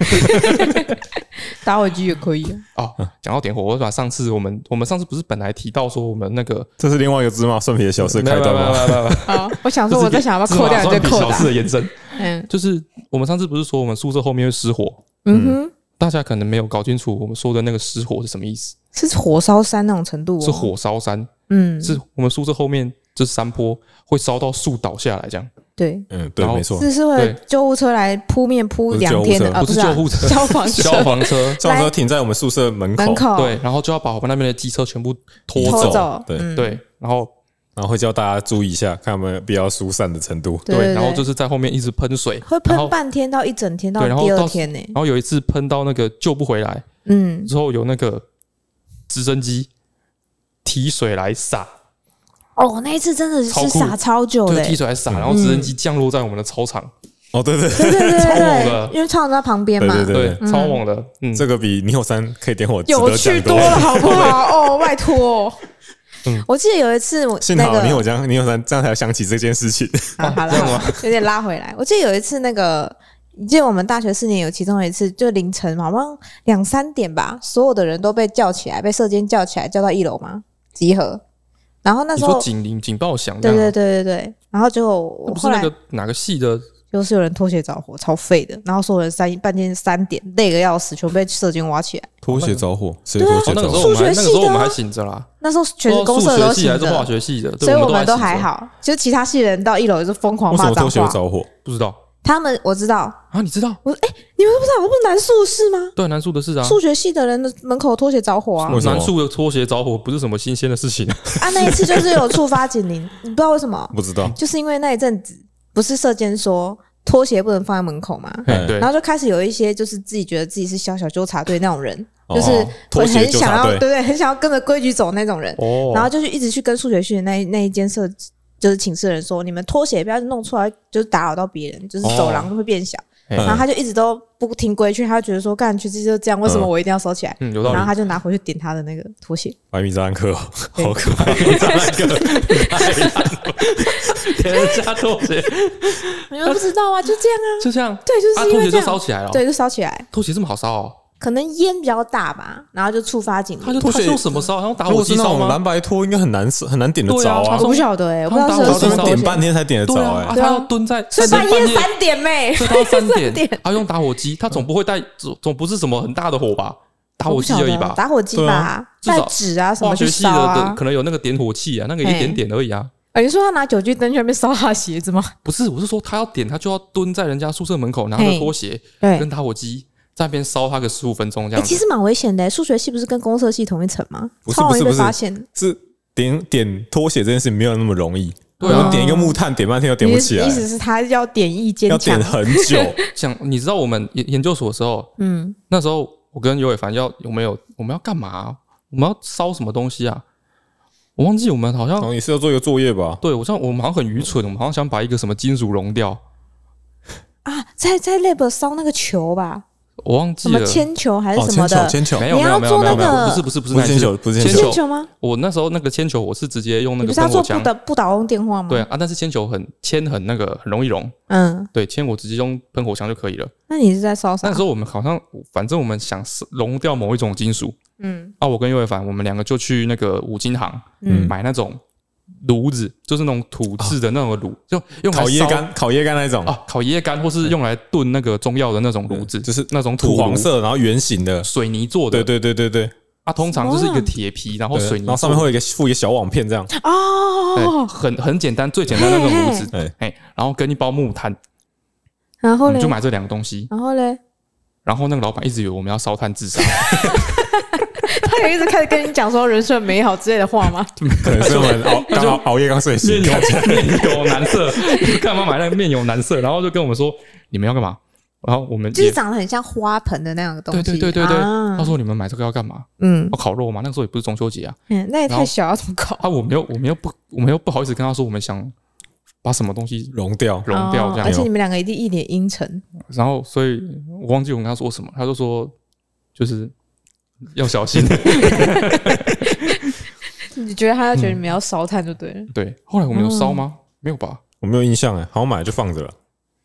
打火机也可以啊。
哦，讲到点火，我把上次我们我们上次不是本来提到说我们那个
这是另外一个芝麻蒜皮的小事
没有
开
没
端
有没有
吗？
没有没有没 有，
好，我想
这
说
是
我在想要不要扣掉你
这
这
比
扣
小
打
事。的延伸，
嗯
就是我们上次不是说我们宿舍后面会失火，
嗯哼，
大家可能没有搞清楚我们说的那个失火是什么意思，
是火烧山那种程度哦。
是，火烧山，
嗯，
是我们宿舍后面就是山坡会烧到树倒下来这样，
对，
嗯，对，
然后
没错。
这是为了
对
救护车来扑面扑
不是
两
救护
天的，
车
啊，
不是
啊
救护 车
消防车
消防 车
这车停在我们宿舍门口
门，口
对，然后就要把我们那边的机车全部拖
拖
走，
走，
对
嗯
对，然后
然后会叫大家注意一下，看有没有必要疏散的程度。
对对，
然后就是是在后面一直喷水，
会
然后
喷半天到一整天到
对然后
第
到
二天呢。
然后有一次喷到那个救不回来
嗯，
之后，有那个直升机提水来洒，
哦，那一次真的
超
是
酷
傻超久的
对，
欸，
提水来
嗯
洒，然后直升机降落在我们的操场，
哦，对对
嗯
对对对
超
对
猛的
对，因为超人在旁边
对
嘛
对，
对
对，，
超猛的，嗯，
这个比泥火山可以点火值
有
得
趣
讲
多了，。好不 好？哦，拜托
嗯。
我记得有一次我
幸
那
好泥火
个，
山，泥火山这样才想起这件事情。
好好了
这样吗
好 了，有点拉回来。我记得有一次那个，你记得我们大学四年有其中有一次，就凌晨好像两三点吧，所有的人都被叫起来，被射监叫起来，叫到一楼嘛集合。然后那
你
时
说
候，
警铃警报响这
对
样啊，
对对对对，然后结果我
那不是
后
那
来
个哪个系的哦
就是有人拖鞋着火，超废的。然后所有人三半夜三点累个要死，全部被射精挖起来。
拖
鞋
着 火，谁拖
哦，那个时候我们还
数学系的啊
那个时候我们还醒着啦，
那时候全是
不
公
知
社
道
的都
数学系
醒
还是化
着，
学系的，对
所以我
都
们都还
醒着，
好。就其他系人到一楼就是疯狂
为什
骂
么
脏
拖鞋
话。
着火？
不知道
他们我知道，
啊，你知道
你们都不知道，我不是南宿是吗？
对南树的事啊，
数学系的人的门口拖鞋着火啊！
为什么
南树的拖鞋着火不是什么新鲜的事情，
啊，那一次就是有触发警铃，你不知道为什么，
不知
嗯
道。
就是因为那一阵子不是射箭说拖鞋不能放在门口嘛，
哎 对
然，后就开始有一些就是自己觉得自己是小小纠察队那种人，
哦
就是
拖
会
鞋
很
纠
想
察
要
队
对对，很想要跟着规矩走那种人，
哦，
然后就是一直去跟数学系的那那一间社就是寝室的人说，你们拖鞋不要弄出来，就是打扰到别人，就是走廊会变小。
嘿
然后他就一直都不听规矩，他就觉得说干全世界就这样，为什么我一定要收起来？
嗯，有道
然后
理。
他就拿回去点他的那个拖鞋，
百米炸弹客哦，
对
好 可怕！百米炸弹客，
给人家拖 鞋，
我就不知道啊，就这样啊，
就像
对，就
啊，
是因
拖
为
鞋
这
就烧
样，
起来了。，
对，就烧起来，
拖鞋这么好烧哦，
可能烟比较大吧，然后就触发警
他
力。
就
拖
他
鞋
用什么烧？他用打
如
火
果是
机
那
烧
种
吗？
蓝白拖，应该很难很难点得
对啊
着
他
我
说
啊，
不晓得哎，我不知
他
道
们
然
是
后这
什么东
边点
西，
半天才点得着
对
哎
啊，啊，他要蹲在
所以
三
半
更
夜
半
三点妹，
所以他要三
三
点
点，
他用打火机，他总不会带总总不是什么很大的火吧？打
我
火
不
机
晓
而已
得
吧？
打火机
对
吧
啊，
至少
带纸啊什
化
么去
学系
烧
的
啊
的。可能有那个点火器啊，那个一
嘿
点点而已啊。
哎，你说他拿酒精灯去那边烧他鞋子吗？
不是，我是说他要点，他就要蹲在人家宿舍门口，拿着
嘿
拖鞋
对
跟，打火机在那边烧他个十五分钟这
哎，
样啊
其
子。
实蛮危险的欸。数学系不是跟公社系同一层吗？
不是
超容易
不
被
是不是
发现。
是点点拖鞋这件事情没有那么容易。
对
我
啊
嗯，
点一个木炭，点半天又点
你
不
的
起来
意，思是他要点意坚
要
强
点？很久。
像你知道我们研研究所的时候，
嗯，
那时候我跟尤伟凡要有没有我们要干嘛啊、我们要烧什么东西啊？我忘记我们好像
然哦后也是要做一个作业吧？
对我像我们好像很愚蠢，我们好像想把一个什么金属熔掉，
啊，在在 lab 烧那个球吧，
我忘记
什么
了。
哦铅球还是什么
铅球，
的？
哦铅球，
没有
你
没
要
有没有
做
没有
那
没有，
个
不是不是
不
那
是
一
铅
次。
球，不是
铅
铅
铅
球，
球吗？
我那时候那个铅球，我是直接用那
你
个
不是要
喷
做
火
不
枪，
倒不倒翁电话吗？
对，啊，但是铅球很铅很那个很容易融，
嗯，
对，铅我直接用喷火枪就可以了。
那你是在烧啥
那时？候我们好像反正我们想是融掉某一种金属
嗯
啊，我跟尤伟凡我们两个就去那个五金行
嗯
嗯，
买那种炉子，就是那种土制的那种炉，就用来
哦烤椰
烧
干，烤椰干那一种，
啊，烤椰干或是用来炖那个中药的那种炉子，
就是
那种
土
炉
黄色，然后圆形的，
水泥做的，
对对对对对，
啊，通常就是一
什么
个
啊
铁皮，然后
对
哦水泥
然后上面会有一个附一个小网片 这样，
对
哦，
很很简单，最简单的那种炉子，
嘿嘿
哎，然后跟一包木炭，
然
我
后
们
哦嘞
就，买这两个东西。
然后嘞，
然后那个老板一直以为我们要烧炭自杀，
他有一直开始跟你讲说人生美好之类的话吗？
可能是我们熬刚好熬夜刚睡醒
面，啊有面有难色， 干嘛买那个面有难色？然后就跟我们说你们要干嘛？然后我们
就是
也
长得很像花盆的那样的东
对
西。
对对对对，
啊
他说你们买这个要干嘛？
嗯
要烤肉吗？那个时候也不是中秋节啊，
嗯，那也
然后
太小，要怎么搞？
啊，我们又我们又不我们又不好意思跟他说我们想把什么东西
融掉，
融掉
哦
这样
而且你们两个一定一脸阴沉。
然后，所以我忘记我跟他说什么，他就说就是要小 心。
你觉得他觉得你
嗯
们要烧炭就对了。
对，后来我们有烧吗？
嗯
没有吧？
我没有印象哎，好像买了就放着了，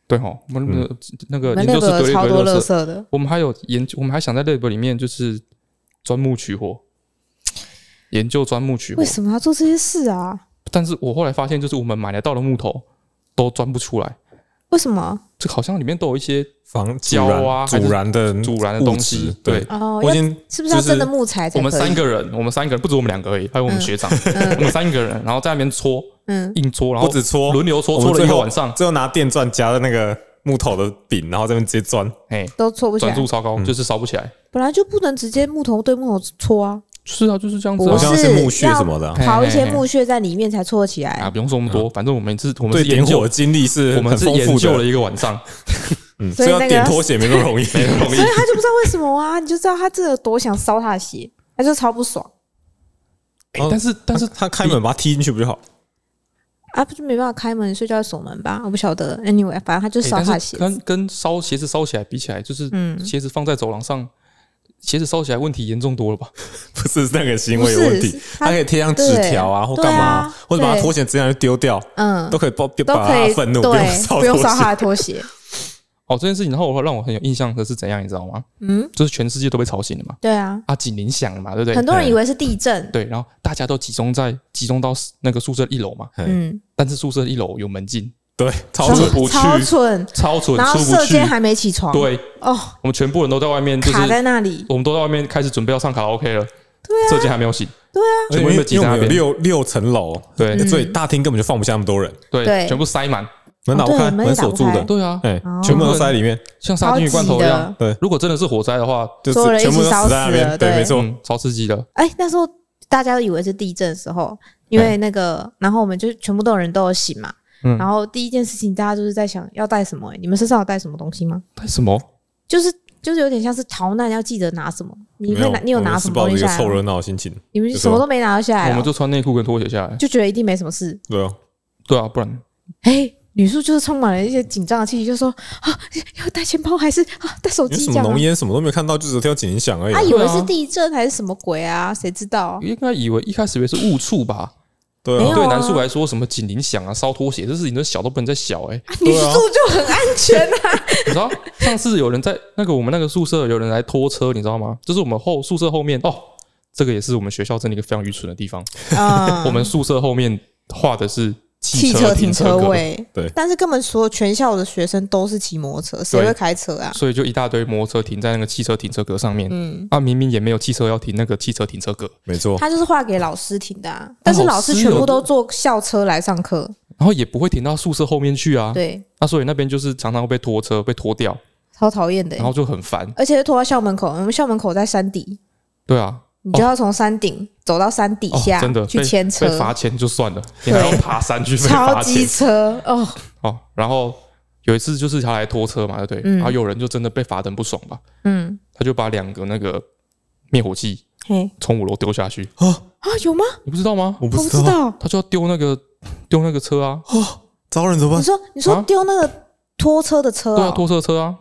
对哈，我们那
嗯
个那
我
个
们
研究
那
室
个
堆一
超
堆
多
垃
垃
圾，
圾的，
我们还有研究，我们还想在 lab 里面就是钻木取火，研究钻木取火
为。什么要做这些事啊？
但是我后来发现，就是我们买得到的木头都钻不出来，
为什么？
这好像里面都有一些
防阻
胶啊
燃阻燃的
阻燃的东西
物质。
对
对，，
哦，
我已
要
经
是不是要
就是
真的木材才
我们
可以
三个人，我们三个人不止我们两个而已，还有我们
嗯
学长，我
嗯
们三个人，然后在那边搓，
嗯，
硬搓，然后
不止搓，
轮流搓，
我
搓
们
了一
最
个
后
晚上，
最后拿电钻夹在那个木头的柄，然后这边直接钻，
哎，
都搓不起
专
来，
注超高，
嗯
就是烧不起来。
本来就不能直接木头对木头搓啊，
是啊，就是这样子
不
好
啊
是
像是木屑什么的啊。
刨一些
嘿嘿嘿
木屑在里面才搓得起
啊，
来。
不用说那么多，反正我们是，我们
对
是研
点火
究
的，经历 是
我们
很
是
丰
研
富
究了
的，
一个晚上，
嗯，
所
所
以
以
那
要
个
点拖 鞋没那么容易，
没容
所
易
以。他就不知道为什么啊，你就知道他真的多想烧他的鞋，他就超不爽
哎但是 但是
他开门把它踢进去不就好？
啊，不就没办法开门，睡觉就锁门吧，我不晓得。Anyway，反正他就
哎
烧他的
但
鞋
是
子。
跟跟烧鞋子烧起来比起来，就是
嗯
鞋子放在走廊上，鞋子烧起来问题严重多了吧？
不是那个行
不
为有问
是，
题
是，
他可以贴上纸条啊，或干嘛啊，
对啊
或者把他
对
拖鞋直接拿去丢掉，
嗯，
都可以把
都
把
可
他
以
的愤怒
对，
用烧
不用烧
拖鞋。
他的拖鞋。
哦，这件事情，然后我让我很有印象的是怎样，你知道吗？
嗯，
就是全世界都被吵醒了嘛，
对啊，
啊，警铃响了嘛，对不
很
对？
多人以为是地震，
对，然后大家都集中在集中到那个宿舍一楼嘛，
嗯，
但是宿舍一楼有门禁，
对，超
超
出
不去
超蠢，
超蠢，
然后
出不
射
去
箭。还没起床，
对，
哦，
我们全部人都在外面，就是
卡在那里，
我们都在外面开始准备要上卡拉 OK 了，这间还没有醒，
因
全部
为
被
因
挤
为
在
我
那
们有
边，
六六层楼，
对
嗯
所以大厅根本就放不下那么多人，
对，
对
全部塞满，
门打不
哦对
开，
门也
门锁住
打
的
不，
对啊，
哎
哦，
全部都塞里面，
像杀金鱼罐头一样。
超
级的
如果真的是火灾的话，
就
所有人
是全部
一
都
起烧
死在那
死了
边，对，
对
没错，
嗯，超刺激的，
哎，那时候大家都以为是地震的时候，因为那个，然后我们就全部都有人都有醒嘛，
嗯
然后第一件事情大家就是在想要带什么、哎，你们身上有带什么东西吗？
带什么？
就是就是有点像是逃难要记得拿什么，你
没
会
有
拿你有
我们
拿
是
什么
抱
东
着
西
一个
下来
凑
吗？
热闹的心情，
你们
就
什么都没拿下来
我
哦、
们就穿内裤跟拖鞋下来。
就觉得一定没什么事，
对啊，
对啊，不然
哎，吕素就是充满了一些紧张的气息，就说啊，要带钱包还是啊带手
因为
机
什
这
么
样、啊
浓？烟什么都没有看到，就只有听到警铃响而已
他
啊。
以为
对
是
啊
地震还是什么鬼啊？谁知道啊？
应该以为一开始以为是误触吧？
对
没有
啊，
对男宿来说，什么警铃响啊、烧拖鞋，这事情都小都不能再小哎、
啊吕素就很安全啊，
你知道 上次有人在那个我们那个宿舍有人来拖车，你知道吗？就是我们后宿舍后面哦，这个也是我们学校真的一个非常愚蠢的地方。
啊
我们宿舍后面画的是
汽
车
停
车格，
位，
对
但是根本所有全校的学生都是骑摩托车，谁
对
会开车啊？
所以就一大堆摩托车停在那个汽车停车格上面。
嗯，
啊，明明也没有汽车要停那个汽车停车格，
没错，
他就是画给老师听的啊，但是老师
老师
全
有
部都坐校车来上课，
然后也不会停到宿舍后面去啊。
对，
那、所以那边就是常常会被拖车被拖掉，
超讨厌的欸、
然后就很烦。
而且是拖到校门口，我们校门口在山底，
对啊，
你就要从山顶走到山底
哦，
下、
真的
去
被
牵车，
被罚钱就算了，你还要爬山去被
超
罚钱
机。车哦，
哦，然后有一次就是他来拖车嘛，对不对？
嗯
然后有人就真的被罚的不爽吧，
嗯，
他就把两个那个灭火器
嘿
从五楼丢下去，
啊，有吗？
你不知道吗？
我
我
不
不
知
知
道，
道。
他就要丢那个丢那个车啊，
招人怎么
你
办？
说你说
啊
丢那个拖车的车
对啊，
哦，
拖车车啊，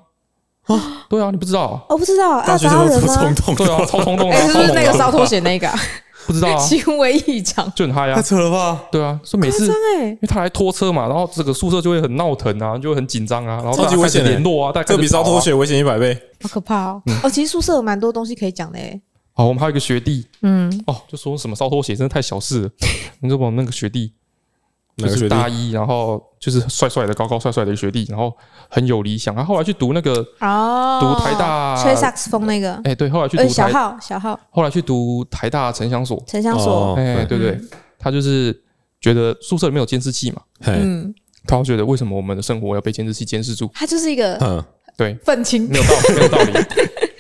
啊，对啊，你不知道啊？
我不知道
大
啊，
学
砸
生
到
有
人
这么冲
吗？
动
对啊，
的？
超冲动的
哎，
啊，
是
超
不是
猛
那个
的啊，
烧拖鞋那个啊
不知道 啊，
行为异常？
就很嗨
太
啊，
扯了吧！
对啊，所以每
夸。
次
张哎
因，为他来拖车嘛，然后这个宿舍就会很闹腾啊，就会很紧张啊，然后大
超
家
级危
开始
险的
联络啊，大家
这
开
个比
始
烧
跑啊
拖。鞋危险一百倍。
好可怕哦！
嗯
哦，其实宿舍有蛮多东西可以讲的哎，
好，我们还有一个学弟，
嗯，
哦，就说什么烧拖鞋，真的太小事了。 你知道我那个学弟，
哪
就
个
是
学弟
大一，然后就是帅帅的、高高帅帅的一个学弟，然后很有理想。他啊后来去读那个，
哦，
读台大
吹萨克斯风那个，
哎，对，后来去
哎，
读
小
台，
号小号
后来去读台大城乡所，
城乡所，
哦
哎，对对，他就是觉得宿舍里面有监视器嘛，
嘿，
嗯，
他觉得为什么我们的生活要被监视器监视住？
他就是一个
嗯
对，
愤青
没，有道 理，没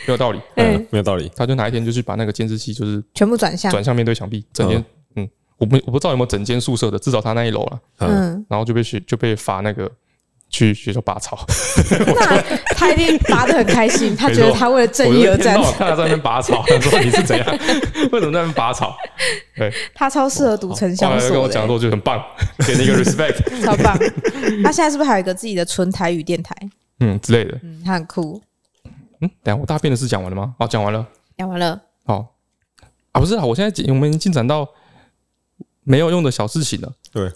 有道理，没有道理。
哎
嗯，没有道理。
他就哪一天就去把那个监视器就是
全部转向，
转向面对墙壁，整间，嗯，我不我不知道有没有整间宿舍的，至少他那一楼了。
嗯，
嗯，
然后就被学就被罚那个去学校拔草。
那他一定拔得很开心， 他觉得他为了正义而
我就一天
战
到，晚看他在那边 拔草，他说你是怎样？为什么在那边拔草？
他超适合读城乡
后来
所
跟我
的
讲说就很棒，给你一个 respect，
超棒。 他现在是不是还有一个自己的纯台语电台？
嗯之类的。
嗯，他很酷。
嗯，等一下我大便的事讲完了吗？哦，讲完了。
讲完了，
哦，啊，不是啊，我现在进我们已经进展到没有用的小事情了。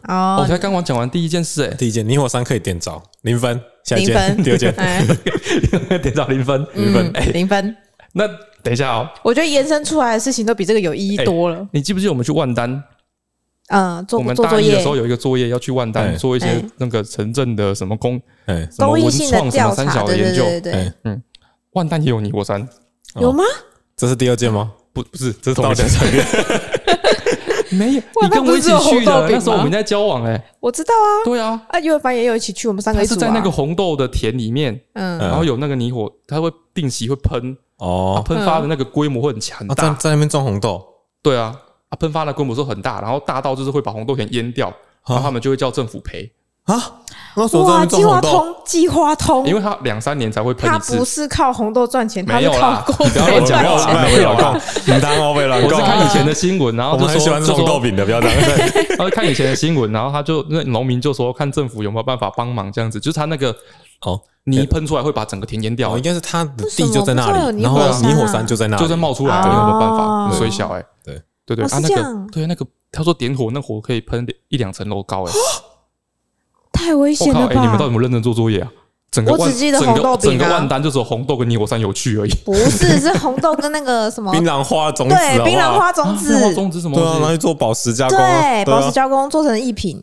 哦，我
哦，
才刚刚讲完第一件
欸
事、
第一件，你火山可以点着零分，下
零
一件，
分，
第二件，
哎，
哎， 点到 零分。哎
嗯，零分。
那等一下哦，
我觉得延伸出来的事情都比这个有意义多了。
你记不记得我们去万丹？
嗯，
哎我
做
们
做
大
作
一的
业
时，候有一个作业要去万丹
哎
做一些
哎
那个城镇的什么工
哎，
什么
公益
文
性的
创什
调
么三
查，
小的
对
研
对
究，
对对对
哎，
万蛋也有泥火山，
哦
有吗？
这是第二件吗？
不不是，这是同
道
一
歉
件事。 没有，
万
你
丹
跟我一起
不是有红
去
豆
的，
饼
那时候我们在交往哎，
我知道啊，
对啊，
啊，尤尔凡也有一起去，我们三个
它
一
是
组
在
啊
那个。红豆的田里面，
嗯，
然后有那个泥火，它会定期会喷，啊
哦，
喷发的那个规模会很强
啊，在
大，
在那边种红豆，
对啊，啊喷发的规模是很大，然后大到就是会把红豆田淹掉，然后他们就会叫政府赔，
啊，那时候在那
哇，
边种
计划
红豆，
通，计划通，
因为它两三年才会喷
哦他
一次
不。是靠红豆赚钱，他
没
是
有
靠
啦，
购
你不要
买
乱
赚
讲
钱。
话，没有
老
啦。
公，你当我被老
我
公
是，看以前的新闻，然后
我
就
们很喜
说
欢
就
种
说
豆饼的，不要当
然后看以前的新闻，然后他就那农民就说看政府有没有办法帮忙这样子，就是他那个
哦。
泥喷出来会把整个田淹掉
哦，，应该是他的地就在
为什
那
么不知
里，然
道有
后
泥火山啊
泥火山就在那里，
就在冒出来，
啊
对，有没有办法？
哦
很水小哎，
对
对对，
哦
啊
是
那
这样
个对那个他说点火那火可以喷一两层楼高哎，
哦太危
我
险
靠
了
哎，你们到
吧
底有？没有认真做作业啊？整个
我只
万
记得
整
红豆
个
饼啊
整个万丹就只有红豆跟泥火山有趣而已，
不是，是红豆跟那个什么，
槟榔花的种子，好
对，
不好
槟榔，花种子，
然后种植什么
对啊，拿
东西？
去做宝石加工啊，
对，
对啊
宝石加工做成一品，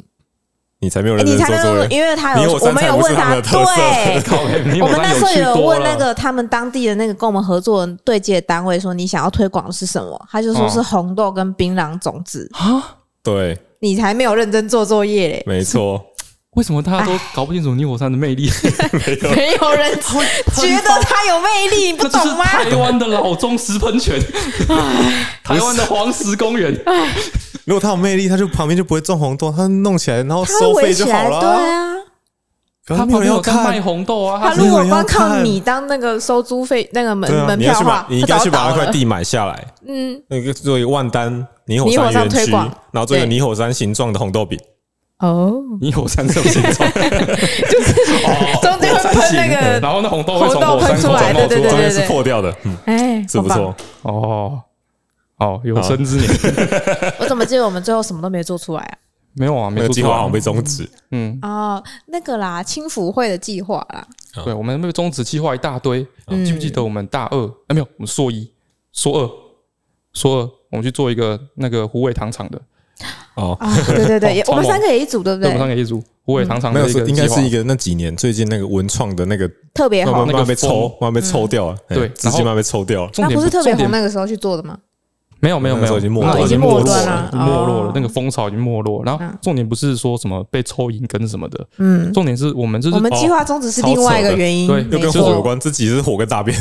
你才没有
哎
认真
你
做
才
作
能，
业，
因为他
你
有，
有
我
山
们
菜
有
不是
问
他们的特色
对。
靠哎，泥
我
火
们那
山
时候
趣
有
多啊
问那
了。
个他们当地的那个跟我们合作的对接单位说你想要推广的是什么，他就说
嗯
是红豆跟槟榔种子，
啊，
对，
你才没有认真做作业嘞，
没错，
为什么大家都搞不清楚泥火山的魅力？
没有人觉得它有魅力，你
那
不
就是
懂吗？
台湾的老钟石喷泉， 台湾的黄石公园。
如果他有魅力，他就旁边就不会种红豆，他弄起来然后
它会
收费
围
就
起
好
来，
了
对
啊。
啊。
可 是
他旁
没有人
边
要
有在卖
看，
红豆啊，
他
他
是
如果
没有
光靠
看
你当那个收租费那个门、
对啊，
门
你要
票
去
的
把
话，
你应
他
该
早
去
就
把
倒
那块
了。
地买下来，
嗯，
那个作为万丹泥火
泥火
山
山
园
推
区，
广
然后做一个
对
泥火山形状的红豆饼，
哦，
你有三色形状，
中间会喷那个，
然后那红豆会从火山
喷 出
口
来
冒
对对对
中
对
间是破掉的，嗯，
哎，
是不
好
错
棒。。
哦哦，有生之年
我怎么记得我们最后什么都没做出来啊？
没有啊，没
那个
做
计
错
划好
啊
像。被终止，
嗯，
哦，那个啦，青辅会的计划啦，
对，我们被终止计划一大堆，
嗯
哦记不记得我们大二？哎，没有，我们硕一、硕二、硕二，我们去做一个那个虎尾糖厂的，
哦，
啊，对对对，也
超
我
猛
们三个也一组，对不
对，我们三
对？
个一组虎尾糖厂
没
的
有
一
是
个
应该
计划
是一个那几年最近那个文创的那个
特别
慢慢
红
那，
慢
个
慢被
风
抽，慢慢
嗯
被抽掉了，
对
哎资金慢慢被抽掉了。
重
那
点
不是特别
重点
红那个时候去做的吗？
没有没有
那
没有，
时候已经没
那时候
落
已经
了
没
哦已经没落
了
了，
没落了
哦，
那个风潮已经没落。然后
嗯
重点不是说什么被抽银根什么的，
嗯，
重点是我们就是
我们
哦
计划宗旨是另外一个原因，
超扯的哦对
又
没
跟火有
错，
关，这其实是火跟大便。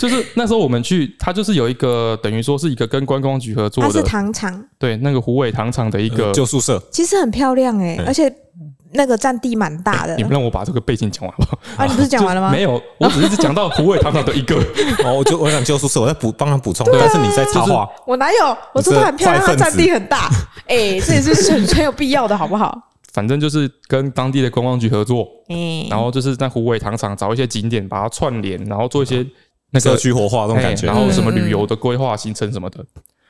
就是那时候我们去，它就是有一个等于说是一个跟观光局合作
它是
的，
糖厂，
对，那个虎尾糖厂的一个。
旧 宿舍，
其实很漂亮哎，
嗯
而且那个占地蛮大的
你们让我把这个背景讲完好不 好？
啊，你不是讲完了吗
就？没有，我只是讲到虎尾糖厂的一个，
哦，我就我想旧宿舍，我在补帮他补充，
啊
但是你在插话，
我哪有？我说它很漂亮，它占地很 大，哎，这也是很很有必要的，好不好？
反正就是跟当地的观光局合作，
哎，
然后就是在虎尾糖厂找一些景点把它串联，然后做一些那
社
个
区活化这种感
哎
觉。
然后什么
嗯嗯
旅游的规划、行程什么的。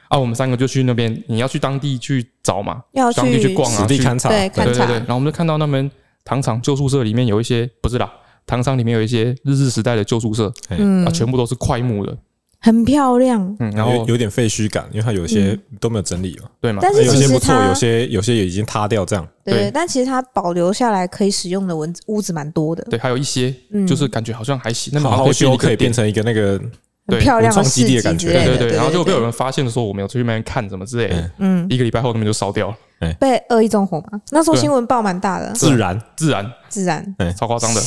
啊，我们三个就去那边，你要去当地去找嘛，
要
当地
去
去逛啊，
实地
去
勘察，
对勘
对对
察
对。然后我们就看到那边糖厂旧宿舍里面有一些，不是啦，糖厂里面有一些日治时代的旧宿舍，
嗯
啊，，全部都是块木的，
很漂亮，
嗯，然
然后
后
有点废墟感，因为它有些都没有整理嘛，
对嘛，
嗯但是
有
其
些不
实
错，
它
有些有些也已经塌掉这样。
对
对
但其实它保留下来可以使用的文字屋子蛮多的，
对，还有一些
嗯，
就是感觉好像还行，那边
好
好
好
像
修可以
变
变
成
成一个那个，
很
对
漂亮
文创
市
基地
集
的感
之
觉
类
对
的，
对对，然后就被有
哎对
人发现说我们有出去那边看什么之类的
嗯，
嗯，
一个礼拜后那边就烧掉了，
被恶意纵火嘛，那时候
对
新闻报蛮大的，
自然
自然
自然，
超夸张的，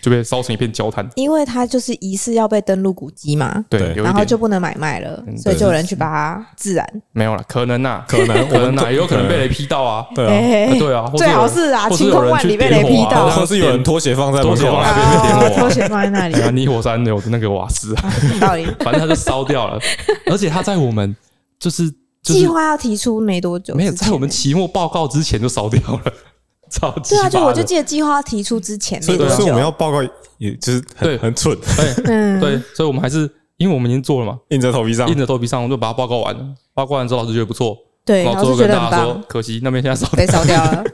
就被烧成一片焦炭，
因为它就是疑似要被登录古迹嘛。
对
对，
有
然
一
后
点
就不能买卖了，
嗯
所以就有人去把它自燃。
没有了，可能啊呐，
可能
可
我
能
们
呐，也有可能被雷劈到啊，
对啊，
啊
哎，
对啊，或者
最
有
好
人
是啊，
或是
晴
有
空
人
万
去
里被
点
雷劈
火啊
到
或
啊，
或是有人拖鞋放在门
拖鞋
口
放
啊，
在那边 点火啊
拖鞋放在那里，
啊，泥火山有那个瓦斯啊，
有道理。
反正它就烧 掉了，而且它在我们就是就
计
是
划要提出没多久之前欸，
没有在我们期末报告之前就烧掉了， 超级
对啊，就我
巴
就
的。
记得计划要提出之前
所
没
以
多
对啊
所以我们
久，
要报告，也就是
对
很很蠢，
嗯，
对，所以我们还是因为我们已经做了嘛，
硬着头皮上
硬着头皮上我们就把它报告完了。报告完之后，老师觉得不错，
对，
然后
老
最
师
后
觉
跟
得很
大家说
棒，，
可惜那边现在烧
被烧掉了。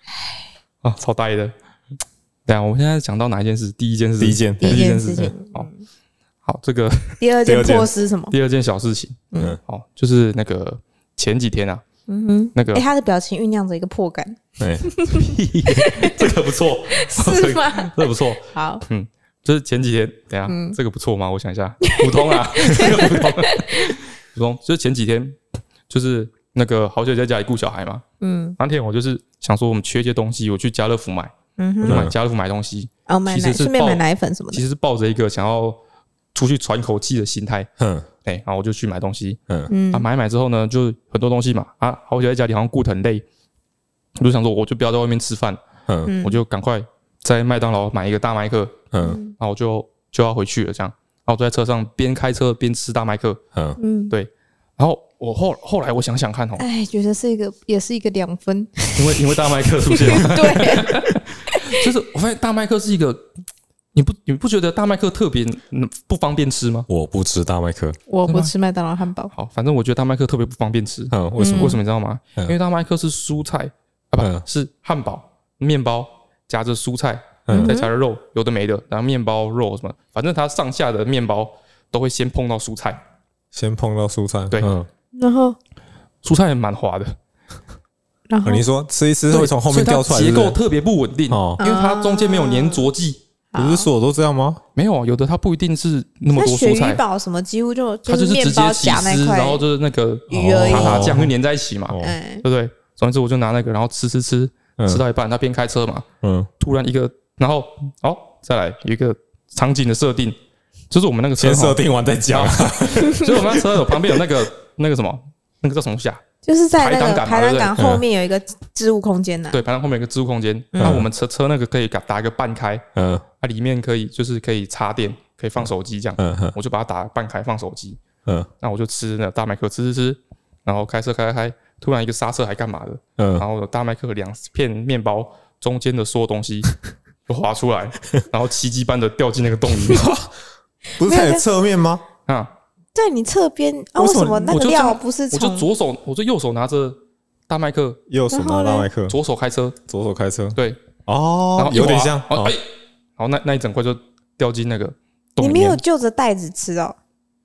啊，超呆的。对啊，我们现在讲到哪一件事？第一件事，
第一件
第一件
事
事
情
情。
好，好，这个？
第二
第
件
二件
破失什么
第二件小事情，
嗯
好，就是那个前几天啊，
嗯哼，
那个
哎，他的表情酝酿着一个破感，
哎，
这个不错，
是吗？
这个不错，
好，
就是前几天，等一下、
嗯
这个不错吗？我想一下，普 通啊，这个普通，普通。就是前几天，就是那个好久在家里顾小孩嘛，
嗯
那天我就是想说我们缺一些东西，我去家乐福买，
嗯
我
哼，
就买
嗯
家乐福买东西，
哦，买
其实
奶，
是
顺便
抱
买奶粉什么
其
的，
实是抱着一个想要出去喘口气的心态，
哼
哎、然后我就去买东西，
嗯，
嗯
啊，买一买之后呢，就很多东西嘛，啊，好久在家里好像顾得很累，我就想说我就不要在外面吃饭，
嗯
嗯
我就赶快在麦当劳买一个大麦克，
嗯
然后我就就要回去了，这样，然后我就在车上边开车边吃大麦克，
嗯，
嗯，
然后我后后来我想想看哦，
哎，觉得是一个，也是一个两分，
因为因为大麦克出现嘛，
对，
就是我发现大麦克是一个，你不你不觉得大麦克特别嗯不方便吃吗？
我不吃大麦克，
我
对
不
吗
吃麦当劳汉堡，
好，反正我觉得大麦克特别不方便吃，
嗯，为什么？
为什么你知道吗？
嗯
因为大麦克是蔬菜啊，
嗯
不是汉堡、面包夹着蔬菜，
嗯
再夹着肉，有的没的，然后面包、肉什么，反正它上下的面包都会先碰到蔬菜，
先碰到蔬菜，
对
嗯，
然后，
蔬菜也蛮滑的，
然后
哦你说吃一吃会从后面
所以
掉
它
出来，
结
是不
构
是
特别不稳定，
哦，
因为它中间没有粘着剂。
不是所有都这样
哦
吗？
没有，有的它不一定是那么
那
多
鳕
蔬菜
鱼，堡什么几乎就
它就是是直
面
接
包
起
夹那
司，
块
然，后就是那个
鱼而已
塔塔酱就粘在一起嘛，
哦
哎，
对不对？总之我就拿那个，然后吃吃吃，
嗯
吃到一半，他边开车嘛，
嗯，
突然一个，然后哦，再来有一个场景的设定，就是我们那个车
先
哈，
设 定完再讲，
就是我们那车有旁边有那个那个什么，那个叫什么东西啊？
就是在那个排挡杆
排挡杆
嘛对不对
后面有一个置物空间呐，
嗯对，反正后面有个置物空间，那我们车车那个可以打打一个半开，
嗯
它里面可以就是可以插电，可以放手机这样，
嗯嗯
我就把它打半开放手机，
嗯
那我就吃那大麦克吃吃吃，然后开车开开开，突然一个刹车还干嘛的，
嗯
然后有大麦克两片面包中间的所有东西就滑出来，然后奇迹般的掉进那个洞里面
不是在你侧面吗？
啊！
在你侧边啊？
为
为
什
什
么
么那
我
个
就这样
料不是
我就
从
左手，我就右手拿着大麦克，
右手拿大麦克，左
左手开车，
左手开车，
对，然
哦
后，一
有点
滑
像，
然后
哦
哎，然后那那一整块就掉进那个洞
你
里
没
面
有。就着袋子吃哦？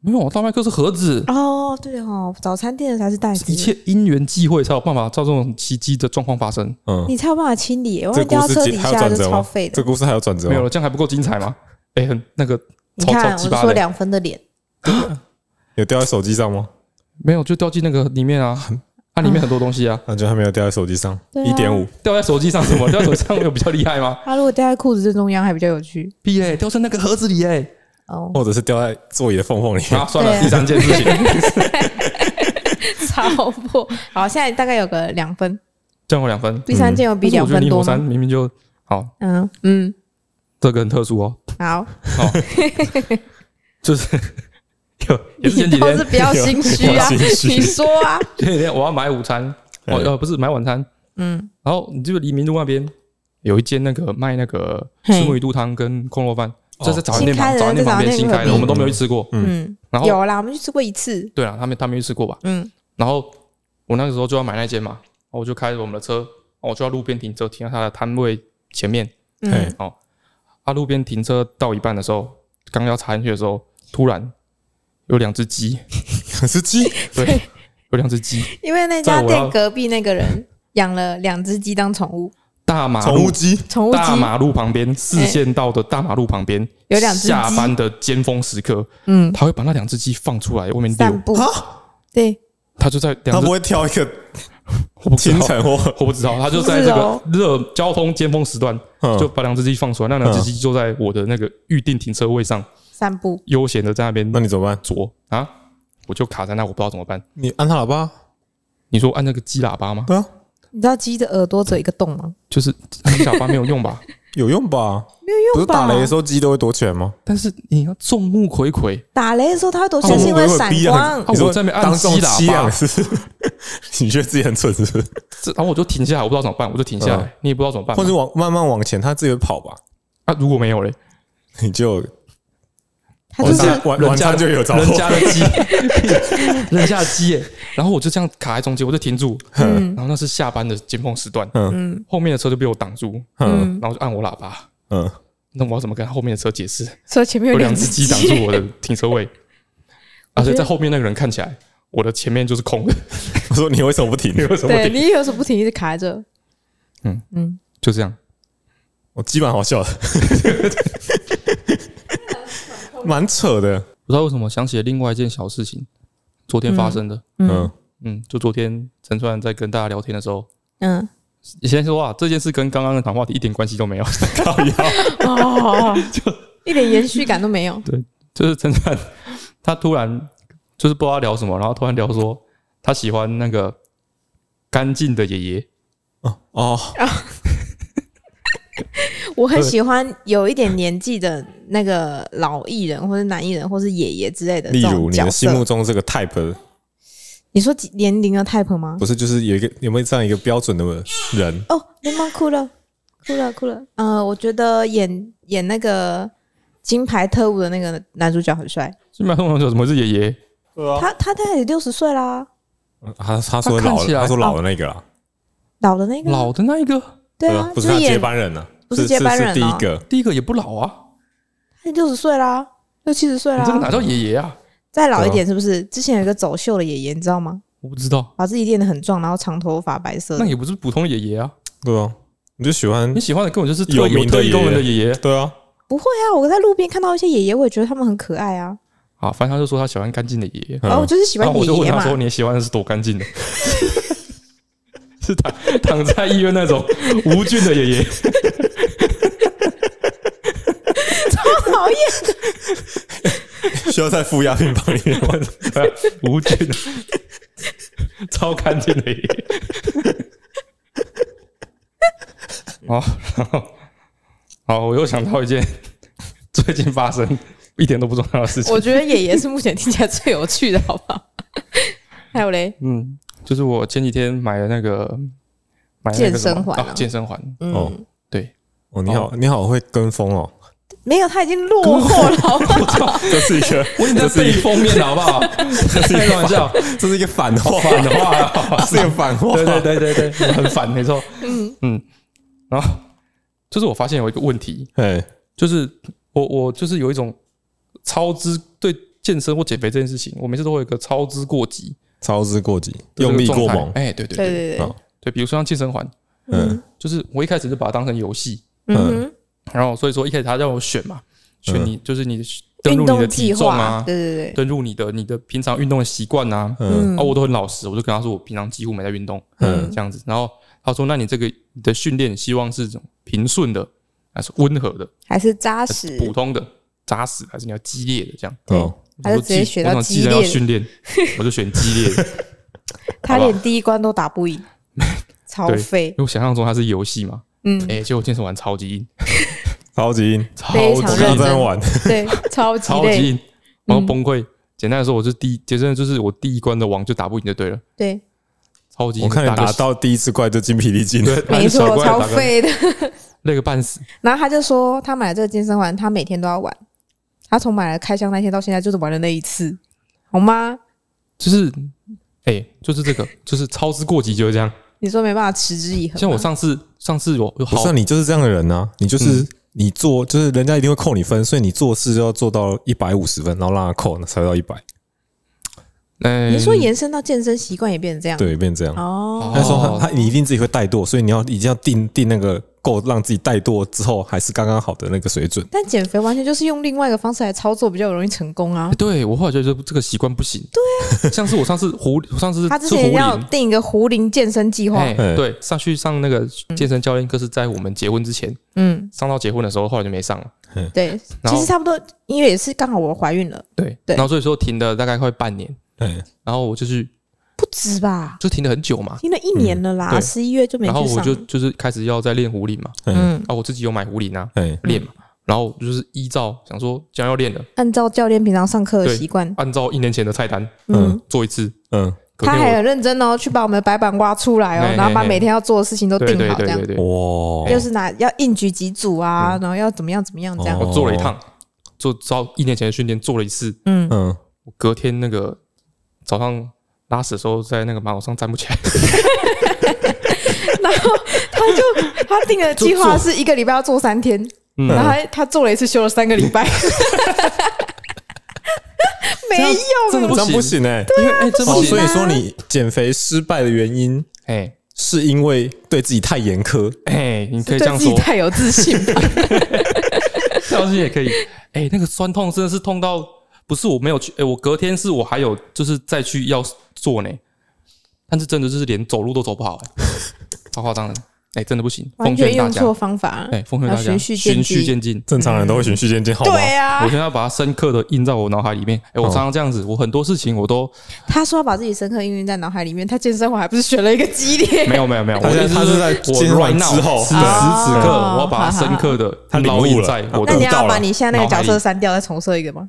没有，大麦克是盒子，
哦，对哦，早餐店的才是袋子，
一切因缘际会才有办法造这种奇迹的状况发生。
嗯，
你才有办法清理耶。万
这
一掉到
故事
车
结
底
还有
下
转
就
折
超
吗？
废的
这。故事还有转折
没有
吗？
了，这样还不够精彩 吗？哎、很那个
你看，啊
超超
我
鸡
就
巴
说
的
两分的脸，
有掉在手机上吗？
没有就掉进那个里面啊， 它里面很多东西
嗯
啊，
感觉还没有掉在手机上，
对啊
一点五，
掉在手机上 什么，掉在手机上有比较厉害吗？
他如果掉在裤子正中央还比较有趣
屁嘞，掉在那个盒子里哎、
哦，
或者是掉在座椅的缝缝里。
啊，算
对
了，
啊
第三件事情，
超破。好，现在大概有个两分，
这样我两分，
第三件有比
嗯但
两
是我觉得
分
柠
多
檬
吗
三？明明就好，
嗯嗯，
这个很特殊哦，
好，
就是 有也是前
你
几
倒
天
是不要心虚 啊，
有有心虚
你说啊，
前几天我要买午餐，哦
嗯
呃不是买晚餐，
嗯，
然后你记不记得黎明路那边有一间那个卖那个
嘿
石目鱼肚汤跟空肉饭，
哦
这是早餐店
新开
旁
的
早餐店旁边
在早餐店
新开
隔壁
的，我们都没有去吃过。
嗯，
然后
有啦，我们去吃过一次，
对啊，他们他们去吃过吧？
嗯，
然后我那个时候就要买那间嘛，然后我就开着我们的车，哦我就要路边停车，停到他的摊位前面。哎
嗯，
啊，路边停车到一半的时候，刚要插进去的时候，突然有两只鸡，
可是鸡，
对，有两只鸡，
因为那家
在我
店
要
隔壁那个人养了两只鸡当宠物，
大马
宠
路
物鸡，
宠物
大
鸡，
马路旁边四线道的大马路旁边，
哎有两只鸡
下班的尖峰时刻，
嗯，
他会把那两只鸡放出来外面
散
溜，
步
啊，
对，
他就在
它
两只
不，会挑一个
我不知
清
道，
晨或
我不知道，他就在
是
这
哦
个热交通尖峰时段，就
就
把两只鸡放出来，那两只鸡就在我的那个预定停车位上，
散步，
悠闲的在 那边
那你怎么办？
啄啊，我就卡在那，我不知道怎么办。
你按它喇叭，
你说按那个鸡喇叭吗？
对啊，
你知道鸡的耳朵只有一个洞吗？
就是鸡喇叭没有用吧？
有用吧？
没有用吧？
不是打雷的时候鸡都会躲起来吗？
但是你要众目睽睽，
打雷的时候它会躲起
但
来，
哦
是因为闪
啊
光。哦
我
你说
在那边按
当众
鸡喇叭
吸氧是不是？ 你觉得自己很蠢 是不是？
这然后我就停下来，我不知道怎么办，我就停下来，你也不知道怎么办
或者
嘛。
往慢慢往前，它自己会跑吧？
啊，如果没有嘞，
你就
它就
晚
是
上晚
人
晚
家
上就有着火
人，家的鸡，人家的鸡耶。然后我就这样卡在中间，我就停住。
嗯
然后那是下班的尖峰时段，
嗯
后面的车就被我挡住，
嗯
嗯，
然后就按我喇叭。
嗯，
那我要怎么跟后面的车解释？
所以前面
有两
两
只鸡
鸡
挡住我的 停 车位，而
觉
且
得
在后面那个人看起来，我的前面就是空的，
我说你为什么不停？
没有什么
对
点，
你有时候不停，一直卡着。
嗯
嗯，
就这样。
我鸡蛮好笑的， 蛮扯的。
不知道为什么想起了另外一件小事情，昨天发生的。
嗯
嗯，
嗯，就昨天陈川在跟大家聊天的时候，
嗯
先说啊，这件事跟刚刚的谈话题一点关系都没有。
哦， 一点延续感都没有。
就是陈川他突然就是不知道他聊什么，然后突然聊说他喜欢那个干净的爷爷，
哦哦，
我很喜欢有一点年纪的那个老艺人，或者男艺人，或是爷爷之类的这
例如
种
你
角
的心目
色。
中这个 type 的
你说几年龄的 type 吗？
不是就是有一个有没有这样一个标准的人？
哦，流氓哭了，哭了，哭了。呃，我觉得演演那个金牌特务的那个男主角很帅，
金 马龙说怎么是爷爷？哦
啊
他他大概也六十岁啦，
嗯他他说
他看
老
起来哦
他说老的那个啦，
老的那个，
老的那一个，
对
呃
啊，
不是
就
他
是
接
演
班人呢，
不是
是
接班人
啊
是第
哦
一个。
第一个也不老啊，
他六十岁啦，六七十岁
你这
啦
个哪，叫爷爷啊？
再老一点是不是？之前有一个走秀的爷爷，你知道吗？
我不知道，
把自己练得很壮，然后长头发，白色
那
的。
也不是普通爷爷啊，
对啊，你就喜欢
你喜欢的根本就是特
有
有
名的
特异
爷
功能
爷
的爷爷
对啊，
不会啊，我在路边看到一些爷爷，我也觉得他们很可爱啊。
啊。反正他就说他喜欢干净的爷
嗯
爷，
然后我就是喜
嗯然
欢
后哦我
爷
就问
爷
他
嘛。
说你喜欢的是多干净的？ 是躺躺在医院那种无菌的爷爷，
讨厌，
需要在负压病房里面吗？
无菌的，超干净的爷爷。 哦，然后，好，我又想到一件最近发生一点都不重要的事情
我。觉得爷爷是目前听起来最有趣的，好不好？还有嘞，
嗯，就是我前几天买的那个买的那个什
健
么
身环啊
啊健身环，
嗯，
哦
对，
哦，你好，你好会跟 风哦，
没有，他已经落后了，好不好
这是一个，
我已经在
这是
背
一个，
封面了，好不好？
这是一
开
个
玩笑，
这是一个反话，
反的话，
这是一个反话，
对对对对对，很烦，没错，嗯嗯，然后就是我发现有一个问题，
对，
就是我我就是有一种操之对健身或减肥这件事情，我每次都会有一个操之过急，
操之过急，
对这
用
个
力过
状态
猛，
哎，对对
对
对
对对，
哦
对，比如说像健身环，
嗯
就是我一开始就把它当成游戏，
嗯
然后所以说一开始他让我选嘛，选
嗯
你就是你
哼，
登
运
入你的
动
体
计
重
划
啊，，
对对对，
登入你的你的平常运动的习惯啊，
嗯
啊，我都很老实，我就跟他说我平常几乎没在运动，
嗯
这样子。然后他说，那你这个你的训练希望是这种平顺的，还是温和的，
还是扎实，
普通的，扎实，还是你要激烈的这样？
哦，
我
还
说
是直接
既
选
我
到
想既
激
然要
烈的，
训练，我就选激 烈的，
他连第一关都打不 赢，超
对
废
因，为我想象中它是游戏嘛。
嗯，
哎，结果健身完超级硬，
超级硬，
超
非
级
常
我
认
刚
硬
刚
真
在玩，
对，超级
超级
累，嗯
硬，然后崩溃。简单来说，我就第一，简单就是我第一关的王就打不赢就对了，
对，
超级硬
我看你
个
打到第一次怪就筋疲力尽了，
对，
没
打
错，
个小怪
超
打个
废的。
累个半死。
然后他就说，他买了这个健身环，他每天都要玩。他从买了开箱那天到现在，就是玩了那一次，好吗？
就是，哎、就是这个，就是操之过急就是这样。
你说没办法持之以恒吗，
像我上次，上次有有
不
好
是啊你就是这样的人啊，你就是你做，就是人家一定会扣你分，所以你做事就要做到一百五十分，然后让他扣，那才会到一百，
哎，
你说延伸到健身习惯也变成这样，
对，变这样。
嗯哦，
那时候
哦
他他你一定自己会怠惰，所以你要一定要定定那个够让自己怠惰之后还是刚刚好的那个水准。
但减肥完全就是用另外一个方式来操作，比较容易成功啊
哎。对我后来觉得这个习惯不行。对啊，像是我上次胡，我上次
他之
吃
前
胡
要
林，
定一个胡林健身计划
哎，，
嗯
对，上去上那个健身教练课是在我们结婚之前，
嗯，
上到结婚的时候，后来就没上了。
对，
然
其
后
实差不多，因为也是刚好我怀孕了，
对，
对
然后所以说停了大概快半年，
嗯，
然后我就去
不止吧，
就停了很久嘛，
听了一年了啦，
嗯对
十一月就没
然后
去
我
上
就，就是开始要在练壶铃嘛，
嗯，
啊，我自己有买壶铃啊
哎，
练嘛，然后就是依照想说将要练的，
按照教练平常上课的
对
习惯，
按照一年前的菜单
嗯
嗯。
做一次，
嗯，
隔
他
天
还
我
很认真哦，去把我们的白板挖出来
嘿
哦，
嘿
然后把
嘿
每天要做的事情都
对
定
对
好，这样
对嗯对对，
哇，
就是哪要应举几组啊，然后要怎么样怎么样这样
哦，
我做了一趟，做照一年前的训练做了一次，
嗯，
嗯，
我隔天那个早上拉屎的时候，在那个马桶上站不起来，
然后他就他定的计划是一个礼拜要做三天，
嗯
然后他他做了一次，休了三个 礼拜，没
真
有
的不
这
行
样不行哎。
因为哎，这
哦，
不
所
行
以，说你减肥失败的原因
哎
是因为对自己太严苛，
哎，你可以这
对
样
自己
说，
太有自信吧？
这样子也可 以。哎，那个酸痛真的是痛到，不是我没有去，哎，我隔天是我还有就是再去要做呢，但是真的就是连走路都走不好， 哎，超夸张的，哎，真的不行，
完
奉
全
劝大
用
家，
错方法，
哎，奉劝
要
大家
循序渐
循序
进
渐进。
正常人都会循序渐进，好吗？
对啊
我，现在要把它深刻的印在我脑海里面。哎，我
哦
常常这样子，我很多事情我都
他说要把自己深刻印印在脑海里面，他健身环还不是选了一个激烈？
没有没有没有，
他
我
现在
意思
他是在
我
健身
right
完
now
之后
此
对
时此刻，
哦
我要把它深刻
他
的
领
烙
悟
印
了
在 我
那
的
你
知道
要
了
把你现在那个角
脑海
色
里
删掉，再重设一个吗？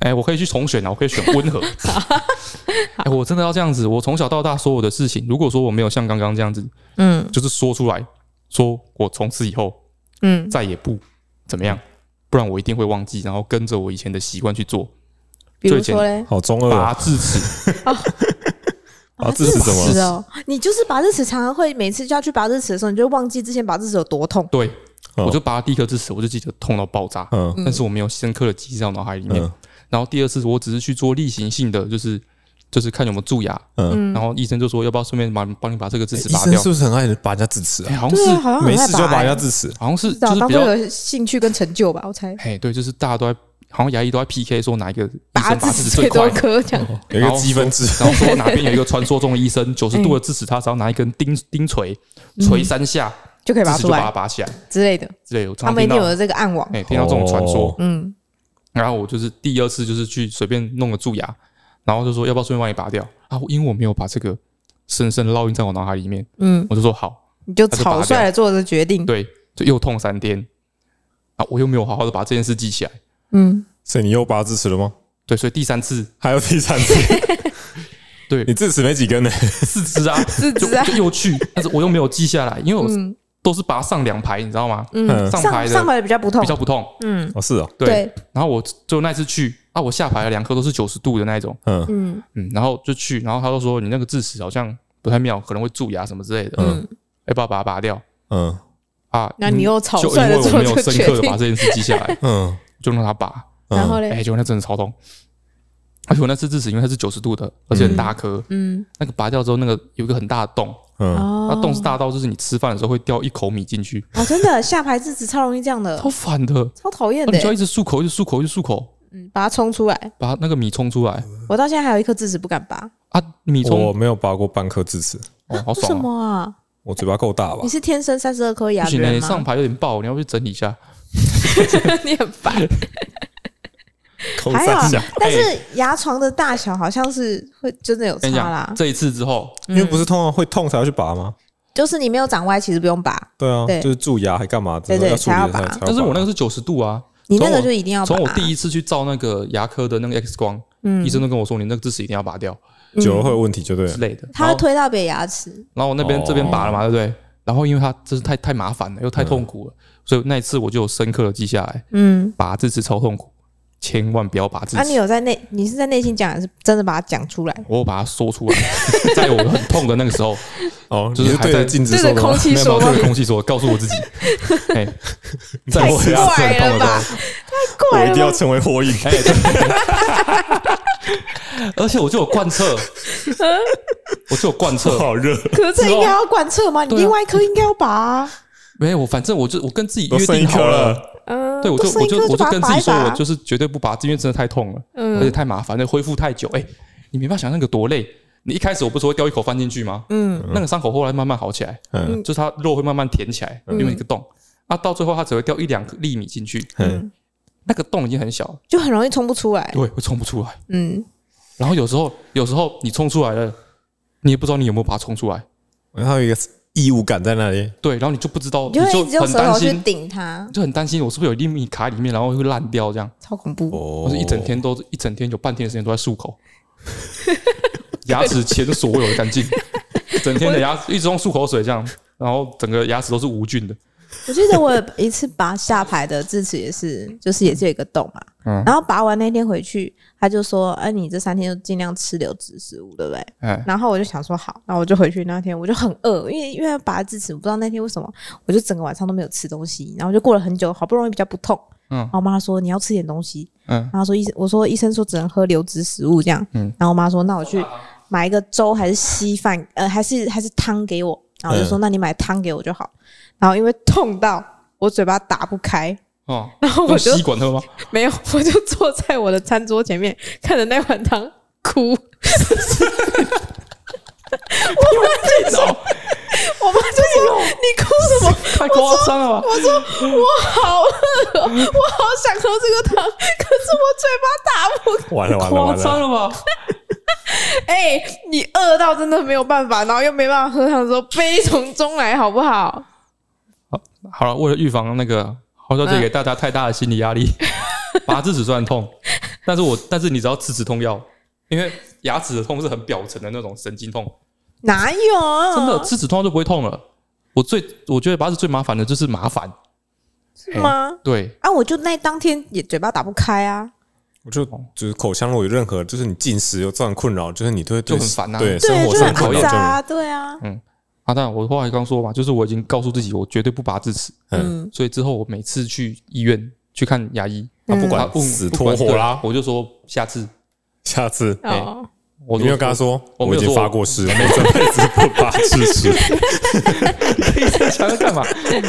哎，我可以去重选啊，我可以选 温和。哎，我真的要这样子，我从小到大所有的事情，如果说我没有像刚刚这样子，
嗯
就是说出来，说我从此以后
嗯，
再也不怎么样，不然我一定会忘记，然后跟着我以前的习惯去做。
比如
最简
说嘞，
好中二
拔
啊！
智齿，
啊这是什么
齿哦？你就是拔智齿，常常会每次就要去拔智齿的时候，你就会忘记之前拔智齿有多痛。
对
哦
我就拔了第一颗智齿，我就记得痛到爆炸。
嗯
但是我没有深刻的记在脑海里面。
嗯
然后第二次，我只是去做例行性的，就是就是看有没有蛀牙。
嗯，
然后医生就说要不要顺便帮帮你把这个智齿
医
拔
生
掉
是？不是很爱拔人家智齿
哎、
啊？
好像
对
是
啊，好像很
没
爱
事就拔
欸
人家智齿，
好像是
不知道
就是
当
比
做
较
有兴趣跟成就吧，我猜。
哎，对，就是大家都在好像牙医都在 PK 说哪一个医生拔
智
智
齿
齿最
多
快。哦
颗这样，
有一个积分制，
然 后说哪边有一个传说中的医
哎
生，九十度的智齿，他只要拿一根钉钉锤锤三下，
就可以
智
嗯拔
齿
出
就把它
来
拔起来
之类的。
之类的。我
他
常常
们一
听
定
到
有，了这个暗网。
哎，听到这种传说
哦，
嗯，
然后我就是第二次就是去随便弄个蛀牙，然后就说要不要顺便帮你拔掉啊？因为我没有把这个深深地烙印在我脑海里面，
嗯，
我就说好，
你就
他就拔
草率的做了决定。
对，就又痛三天啊，我又没有好好的把这件事记起来，
嗯，
所以你又拔智齿了吗？
对，所以第三次
还有第三次，
对
你，智齿没几根呢、
四肢啊，
四肢啊
就就又去，但是我又没有记下来，因为我
嗯
都是把它上两排，你知道吗？
嗯，
上
上
排的
上排的比较不痛
比，较不痛。
嗯，
哦，是哦，
对，，然后我就那次去啊，我下排的两颗都是九十度的那一种，
嗯
嗯
嗯，然后就去，然后他就说你那个智齿好像不太妙，可能会蛀牙什么之类的，
嗯，
要不要把它拔掉
嗯
啊？
那你
嗯
又草
就因
率
为
的
我
做
没有
这个
深刻
决
的把
定，
这件事记下来，
嗯，
就让他拔，
然后
哎，
嘞，
结果那真的超痛。而且我那次智齿，因为它是九十度的，而且很大颗，
嗯，
那个拔掉之后，那个有一个很大的洞，
嗯，
哦
那洞是大到就是你吃饭的时候会掉一口米进去，
哦，真的下排智齿超容易这样的
超，烦的。
超讨厌
那你就要
哦的
一，直漱口，一直漱口，一直漱口，
嗯，把它冲出来。
把那个米冲出来
我到现在还有一颗智齿不敢拔，
啊！米
我
冲
没有拔过半颗智齿，
哦，好
为什
爽啊！
么啊？
我嘴巴够大吧
你？是天生三十二颗牙
不
的
行呢，你
人
上
吗？
排有点爆，你要不要去整理一下？欸
你很 烦。
扣
还好
三下，
哎
但是牙床的大小好像是会真的有差
跟你
啦
讲，，这一次之后，
因为不是通常会痛才要去拔吗？
就是你没有长歪，其实不用拔，
对啊，
对
就是蛀牙还干嘛？
对
之后
对才
要
要
处理
拔
才才要拔。
但是我那个是九十度啊，
你那
从
个
我
就一定要拔。
从我第一次去照那个牙科的那个 X 光，
嗯
医生都跟我说你那个智齿一定要拔掉
嗯
久了会有问题，就对
之
了。
类的。
它
然
会
后，
推到别牙齿，
然后我那边
哦嗯
这边拔了嘛，对不对？然后因为它真是太太麻烦了，又太痛苦了，所以那一次我就有深刻的记下来，
嗯。
拔智齿超痛苦，千万不要拔智
啊，你
齿。
有在内，你是在内心讲，还是真的把它讲出来？
我有把它说出来， 在我很痛的那个 时候，
哦，
就是
你
还
对着
在
镜子
对
说
着
的
空
吗？
气
没有
说
把
吗
这？个空气说，告诉我自己，哎，在
太
我很痛
哎怪了
很痛的时
吧
候，！
我
怪
一
了
定要
吧？
成为火影。
哎，对而且我就有贯 彻，我就有贯彻，
好热，
可是这应该要贯彻吗？你
对啊
另外一颗应该要拔啊。
没有，我反正我就我跟自己
都
约
剩一
定
颗
好了。
了。
嗯，
对，我就
多生
我
一
就
颗
我
把
就
它
跟自
拔
己
一
说，我
拔。
就是绝对不拔，因为真的太痛了，而且
嗯
太麻烦，那恢复太久。哎，你没办法想那个多累。你一开始我不是会掉一口饭进去吗？
嗯，
那个伤口后来慢慢好起来，
嗯
就是它肉会慢慢填起来，
嗯
因为一个洞。啊，到最后它只会掉一两粒米进去，
嗯，
那个洞已经很小了，
就很容易冲不出来。
对，会冲不出来。
嗯，
然后有时候有时候你冲出来了，你也不知道你有没有把它冲出来，
然后有一个义务感在那里。
对，然后你就不知道，
你就
你
会一直
就
用
很
舌
担
头去
心，
顶它，
就很担心我是不是有一粒米卡里面，然后会烂掉这样。
超恐怖。
哦
我是一整天都一整天有半天的时间都在漱口， 牙齿前所未有的干净， 整天的牙齿一直用漱口水这样，然后整个牙齿都是无菌的。
我记得我有一次拔下排的智齿也是，就是也是有一个洞嘛。
嗯
然后拔完那天回去，他就说：“哎、你这三天就尽量吃流质食物，对不对？”
哎，
然后我就想说好，然后我就回去那天我就很饿，因为因为要拔智齿，我不知道那天为什么，我就整个晚上都没有吃东西，然后就过了很久，好不容易比较不痛，
嗯
然后我妈说你要吃点东西，
嗯，
然后说医生我说医生说只能喝流质食物这样，
嗯
然后我妈说那我去买一个粥还是稀饭，呃还是还是汤给我，然后我就
嗯
说、那你买汤给我就好，然后因为痛到我嘴巴打不开，
哦，
然后我
用
就
吸管喝吗？
没有， 我就坐在我的餐桌前面看着那碗汤哭。
真的哦
我妈就说：“你哭什么？”
太夸张了吧！
我说我好饿、哦，我好想喝这个汤，可是我嘴巴打不开。
完了完了
夸
完
张
了，
了吧！
哎、你饿到真的没有办法，然后又没办法喝汤的时候，悲从中来，好不好？
好了，为了预防那个黄小姐
嗯
给大家太大的心理 压力，拔智齿虽然痛，但是我但是你只要吃止痛药，因为牙齿的痛是很表层的那种神经痛，
哪有啊？
真的吃止痛药就不会痛了。我最我觉得拔智最麻烦的就是麻烦，
是吗？
对，
啊，我就那当天也嘴巴打不开啊，
我就就是口腔如果有任何就是你进食有造成困扰，就是你都会对
就很烦啊
对生
对，
活
就很
上
复
困
杂、
扰
啊，对啊，
啊，当然我后来刚说嘛，就是我已经告诉自己我绝对不拔智齿，
嗯
所以之后我每次去医院去看牙医，啊
嗯
他不管
嗯
问
死
不管
拖活啦
对我就说下次
下次
哎
哦，
我
你没有跟他说，
我没
啊
有
我已经
说
发过誓，我这辈子不拔智齿。
这想要干嘛？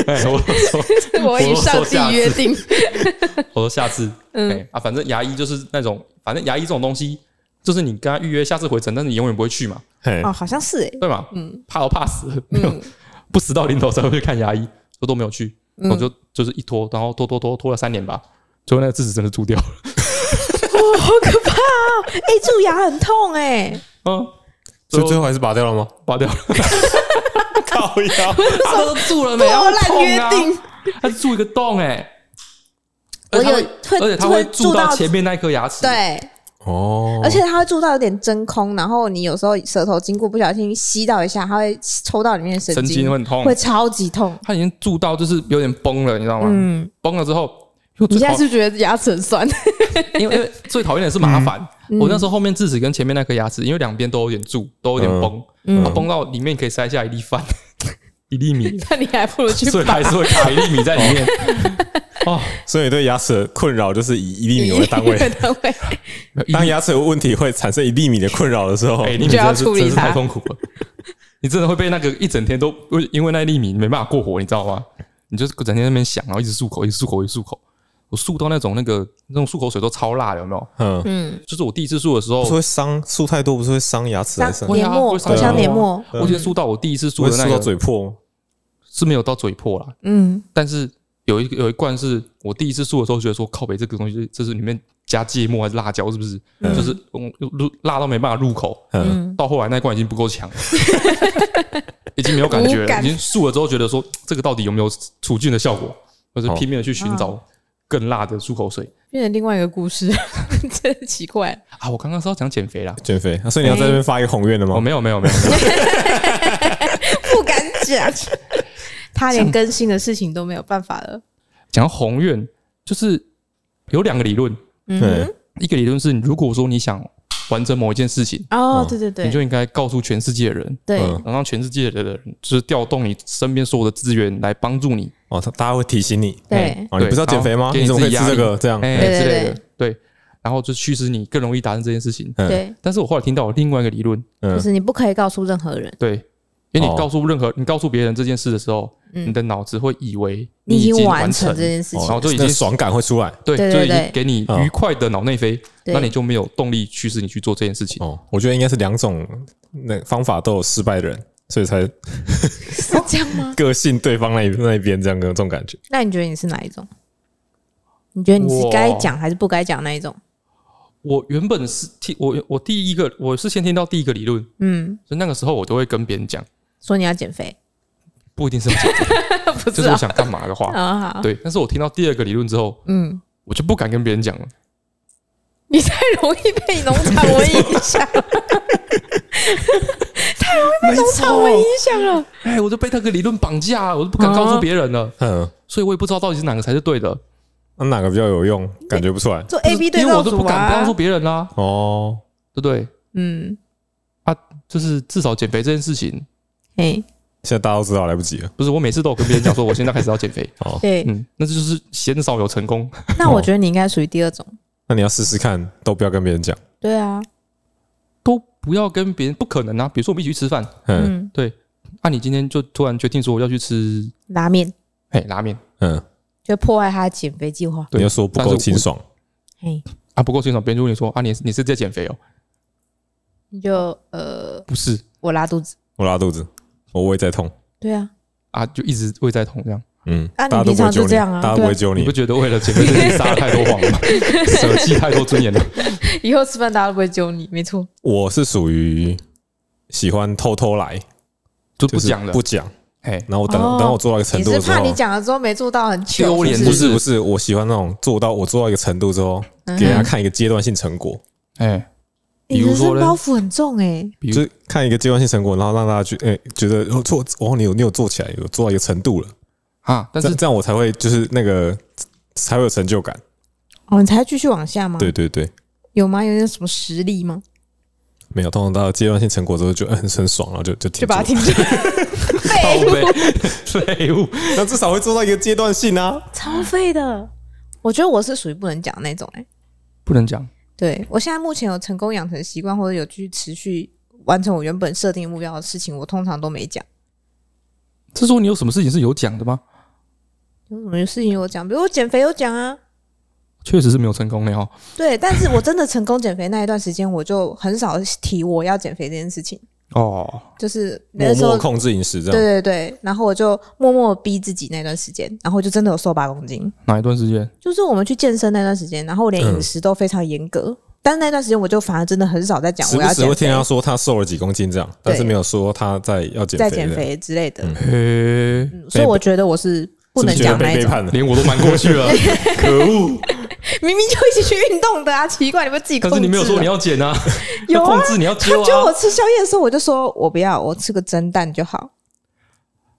哎，我说
我与上帝约定，
我说下次，
嗯
哎啊，反正牙医就是那种，反正牙医这种东西，就是你跟他预约下次回诊，但是你永远不会去嘛，
嘿
哦，好像是哎、
对嘛？
嗯
怕都怕死了，没有
嗯
不死到临头才会去看牙医，我都没有去，
嗯
我就就是一拖，然后拖拖拖拖了三年吧，最后那个智齿真的蛀掉了。
哦，好可怕啊！哎、蛀牙很痛哎、
嗯，
所
最
以最
后
后还是拔掉了吗？
拔掉了，
靠腰，
他都蛀 了没？
破
它
烂
会
约
痛啊
定，，
它蛀一个洞哎，
我
而且
有
它
会
而且它会
会蛀
蛀到
到
前面那颗牙齿，
对，
哦，
而且它会蛀到有点真空，然后你有时候舌头经过不小心吸到一下，它会抽到里面的神
神经会很痛
会，超级痛。
它已经蛀到就是有点崩了，你知道吗？
嗯，
崩了之后，因为我
你
最
现在
讨
是不是觉得牙齿很 酸？
因为因为最讨厌的是麻烦。
嗯
我那时候后面智齿跟前面那颗牙齿，因为两边都有点蛀，都有点崩，
嗯
它崩到里面可以塞下一 粒饭，一粒米，
那你还不如去
所以还是会卡一粒米在里 面。哦，
所以你对牙齿的困扰就是以一粒米 为单位。
单位
没有一粒
当牙齿有问题会产生一粒米的困扰的时候
哎、，你
哦就要
真的是
处理
真是
它
太痛苦了，你真的会被那个一整天都因为那粒米没办法过活，你知道吗？你就是整天在那边想，然后一直漱口，一直漱口，一直漱口。我漱到那种那个那种漱口水都超辣的，有没有？
嗯，
就是我第一次漱的
哦
时候
不是，会伤，漱太多不是会伤牙齿还是
会
黏
啊
膜，
会
口
伤
腔
黏
黏膜，
我觉得漱到我第一次
会
漱的
漱
那
到
个
嘴破吗？
是没有到嘴破啦，
嗯，
但是有一个有一罐是我第一次漱的时候觉得说靠北这个东西，这是里面加芥末还是辣椒，是不是？
嗯
就是嗯入辣到没办法入口。
嗯，
到后来那一罐已经不够强 了，已经没有感哦觉
无
了，
感
已经漱了之后觉得说这个到底有没有除菌的效果，或是拼命的去寻找更辣的漱口水
变成另外一个故事， 真的奇怪。
啊！我刚刚是要讲减肥啦，
减肥，啊所以你要在那边发一个宏愿的
哦，
吗？
没有没有没有，没有
不敢讲。 他连更新的事情都没有办法了。
讲到宏愿就是有两个理论，
嗯
对，
一个理论是如果说你想完成某一件事情，
哼，哦
嗯，
对对
你
对，
就应该告诉全世界的人，
对，
嗯
然后让全世界的人就是调动你身边所有的资源来帮助你，
哦，他大家会提醒你，
对
哦，你不是要减肥吗？
对
你怎么可以吃
然后
这
给你自己
个？这样，
哎、
对对
之类的，对，然后就驱使你更容易达成这件事情。
嗯
对，
但是我后来听到有另外一个理论，
就
嗯，
是你不可以告诉任何人，
对，因为
哦
你告诉任何你告诉别人这件事的时候，
嗯
你的脑子会以为
你
已经
完
成
这，件事
哦
情
然。后就已
那
经嗯
爽感会出来。
对，
对
就
对
已经
对
给你
哦
愉快的脑内啡，
对
那你就没有动力驱使你去做这件事情。
哦，我觉得应该是两种那方法都有失败的人，所以才
是这样 吗？
个性对方那一那一边这样跟这种感觉。
那你觉得你是哪一种？你觉得你是
哇
该讲还是不该讲那一种？
我原本是听我我第一个我是先听到第一个理论，
嗯，
所以那个时候我都会跟别人讲，
说你要减肥，
不一 定是我讲
不
就是我想干嘛的话，
啊？好
对。但是我听到第二个理论之后，
嗯，
我就不敢跟别人讲了。
你太容易被农场文影响 了，
没
农场文影响了。
哎，我就被那个理论绑架了，我就不敢告诉别人了，
嗯，
所以我也不知道到底是哪个才是对的。
那哪个比较有用？感觉不出来。
做 A B 对
因为
照
我都
组
不敢告
啊
诉，别人啦、
哦，
对不对？
嗯，
就是至少减肥这件事情，
哎，
现在大家都知道来不及了。
不是我每次都有跟别人讲说，我现在开始要减 肥，
哦，
对，
嗯，那这就是鲜少有成功。
那我觉得你应该属于第二
嗯
种。
那你要试试看，都不要跟别人讲。
对啊，
都不要跟别人，不可能啊！比如说我们一起去吃饭，
嗯
嗯，
啊，你今天就突然决定说要去吃，
拉面
哎，拉面
嗯，
就破坏他的减肥计划。
对
你要说不够清爽，
嘿，
啊，不够清爽，别人就问你说啊，你你是在减肥哦？
你就呃，
不是
我拉肚子。
我拉肚子，我胃在痛。
对啊，
啊，就一直胃在痛这样，
嗯，
啊
大
你平
家都不会
常
救
就
你，
这样啊
大家不会救
你
你
不。觉得为了减肥自己撒了太多谎 了吗？舍弃太多尊严了？
以后吃饭大家都不会揪你，没错。
我是属于喜欢偷偷来，
就
就
不
是
讲了
不，讲。
哎，
然后等
哦
等我做到一个程
你
度
是
的时
怕你
候，
讲了之后没做到很
丢
糗，
脸
是
不
不
是
是？
不是，我喜欢那种做到我做到一个程度之后，
嗯
给人家看一个阶段性成果，
哎，
你
比如
人生
说呢
包袱很重哎。
嗯
就是看一个阶段性成果，然后让大家去哎觉得哦做哦你有你有做起来，有做到一个程度了，
啊，但
这
是
样这样我才会就是那个才会有成就感。
哦，你才继续往下吗？
对，对对，
有吗？有点什么实力吗？
没有，通常到阶段性成果之后就嗯很爽，然后就就停
就把它
住。
停住。废
靠
物，
北 废物，
那至少会做到一个阶段性啊。
超废的。我觉得我是属于不能讲那种哎、
不能讲。
对我现在目前有成功养成习惯，或者有去持续完成我原本设定的目标的事情，我通常都没讲。
这时候你有什么事情是有讲的吗？
有什么事情有讲？比如我减肥有讲啊，
确实是没有成功的哦。
对。但是我真的成功减肥那一段时间，我就很少提我要减肥这件事情，
哦，
就是那
默
时候
默控制饮食这
对
样，
对对，然后我就默默逼自己那段时间，然后就真的有瘦八公斤。
哪一段时间？
就是我们去健身那段时间，然后我连饮食都非常严格，但是那段时间我就反而真的很少在讲
时
我
不
要
时会
减
听他
肥、
说他瘦了几公斤这样，但是
对
没有说他在要减
在
肥
减
这样，
肥之类的。
嗯
嘿，
嗯所以我觉得我是不能
是不是觉得
讲那
被
一
背
种。
叛 了。
连我都瞒过去了，可恶！
明明就一起去运动的啊，奇怪，你们自己控
但
制、
是你没有说你要减啊，
有
要 控
啊。
制你要接
他叫
啊
我。吃宵夜的时候，我就说我不要，我吃个蒸蛋就好。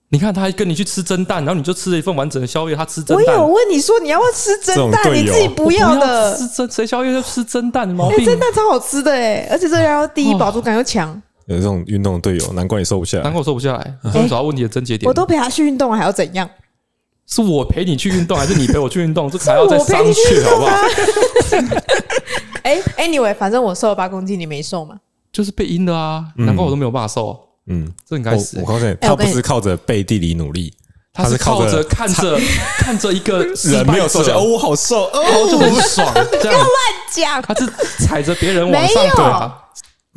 你看他还跟你去吃蒸蛋，然后你就吃了一份完整的宵夜，他吃蒸
我
蛋，
有问你说你要不要吃蒸
这
蛋，
种队
你
友
自己不要的。
吃蒸谁宵夜就吃蒸蛋，毛
哎、
病。
蒸蛋超好吃的哎、而且这家第一饱足感又强。
有这种运动的队友，难怪你瘦不下
难
来。
怪我瘦不下来，终于找到问题的症结点。
我都陪他去运动，还要怎样？
是我陪你去运动，还是你陪我去运动？这还要再
我陪
商
你去运
榷，好
动
不
啊
好？。
哎、a n y w a y 反正我瘦了八公斤，你没瘦嘛？
就是被阴的啊，
嗯
难怪我都没有办法瘦啊，
嗯，
这很该死
我我。告
哎
诉你，他不是靠着背地里努 力，
哦他是
他是靠
靠着
着
看着看着一个
人没有瘦下来，哦，
来，
我好瘦哦。
然后就很 爽，这样
讲
他是踩着别人往上
没有
对啊。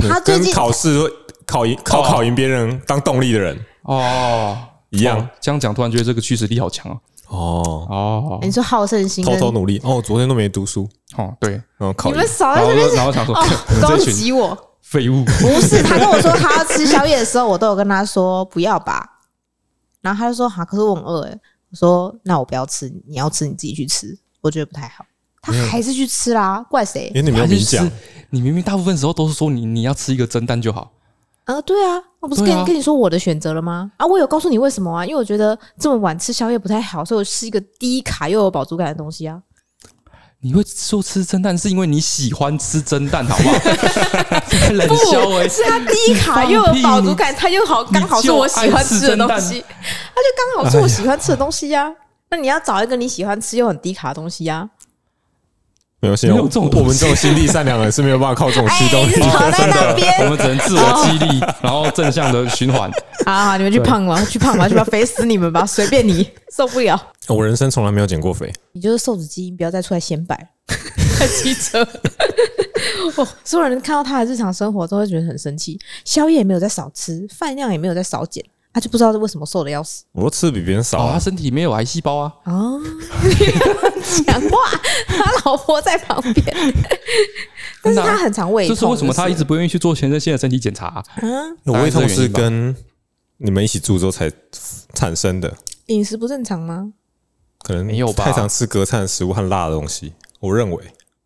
他最近
嗯跟考试会考赢靠考赢别人当动力的人
哦，
一样
哦这样讲，突然觉得这个驱使力好强啊！
哦，
哦
你说好胜心
偷
跟，
偷努力哦，昨天都没读书，
哦，对，
然后考
你
赢
们少在
然后
这边
然后想说，
哦
你们
攻
这群
击我。
废物，
不是，他跟我说他要吃宵夜的时候，我都有跟他说不要吧，然后他就说哈，可是我很饿哎、我说那我不要吃，你要吃你自己去吃，我觉得不太好。他还是去吃啦，怪谁
因？为你没有
他就
明讲
是，你明明大部分时候都是说你你要吃一个蒸蛋就好，
呃，对啊，我不是跟、
对啊
跟你说我的选择了吗？啊，我有告诉你为什么啊？因为我觉得这么晚吃宵夜不太好，所以我吃一个低卡又有饱足感的东西啊。
你会说吃蒸蛋是因为你喜欢吃蒸蛋，好 不好？在冷笑哎、
是他低卡
放
又有
屁
饱足
你
感，他又好刚好是
就
我喜
爱
欢
吃
吃的
蒸
东
蛋
西，他就刚好是我喜欢吃的东西
哎
呀、那你要找一个你喜欢吃又很低卡的东西啊呀、
没有，哦
没有这种
我们这种心地善良的人是没有办法靠这种吃东西。
好哎在那
我
边
们只能自我激励，然后正向的循环。
啊！你们去胖吧，去胖吧，去吧，肥死你们吧，随便你，受不了。
我人生从来没有减过肥，
你就是瘦子基因，不要再出来显 摆，太机车。 哦，所有人看到他的日常生活都会觉得很生气，宵夜也没有在少吃，饭量也没有在少减，他就不知道是为什么瘦的要死
我都吃的比别人少
哦，他
啊。
身体里面有癌细胞啊，
啊！ 讲话，他老婆在旁 边，但是他很常胃
这
痛，
是为什么他一
就是
直不愿意去做全身性的身体检查啊、
嗯
我胃痛
大
是
概这个
跟你们一起住之后才产生的，
饮食不正常吗？
可能
没有吧
太常吃隔餐的食物和辣的东西，我认为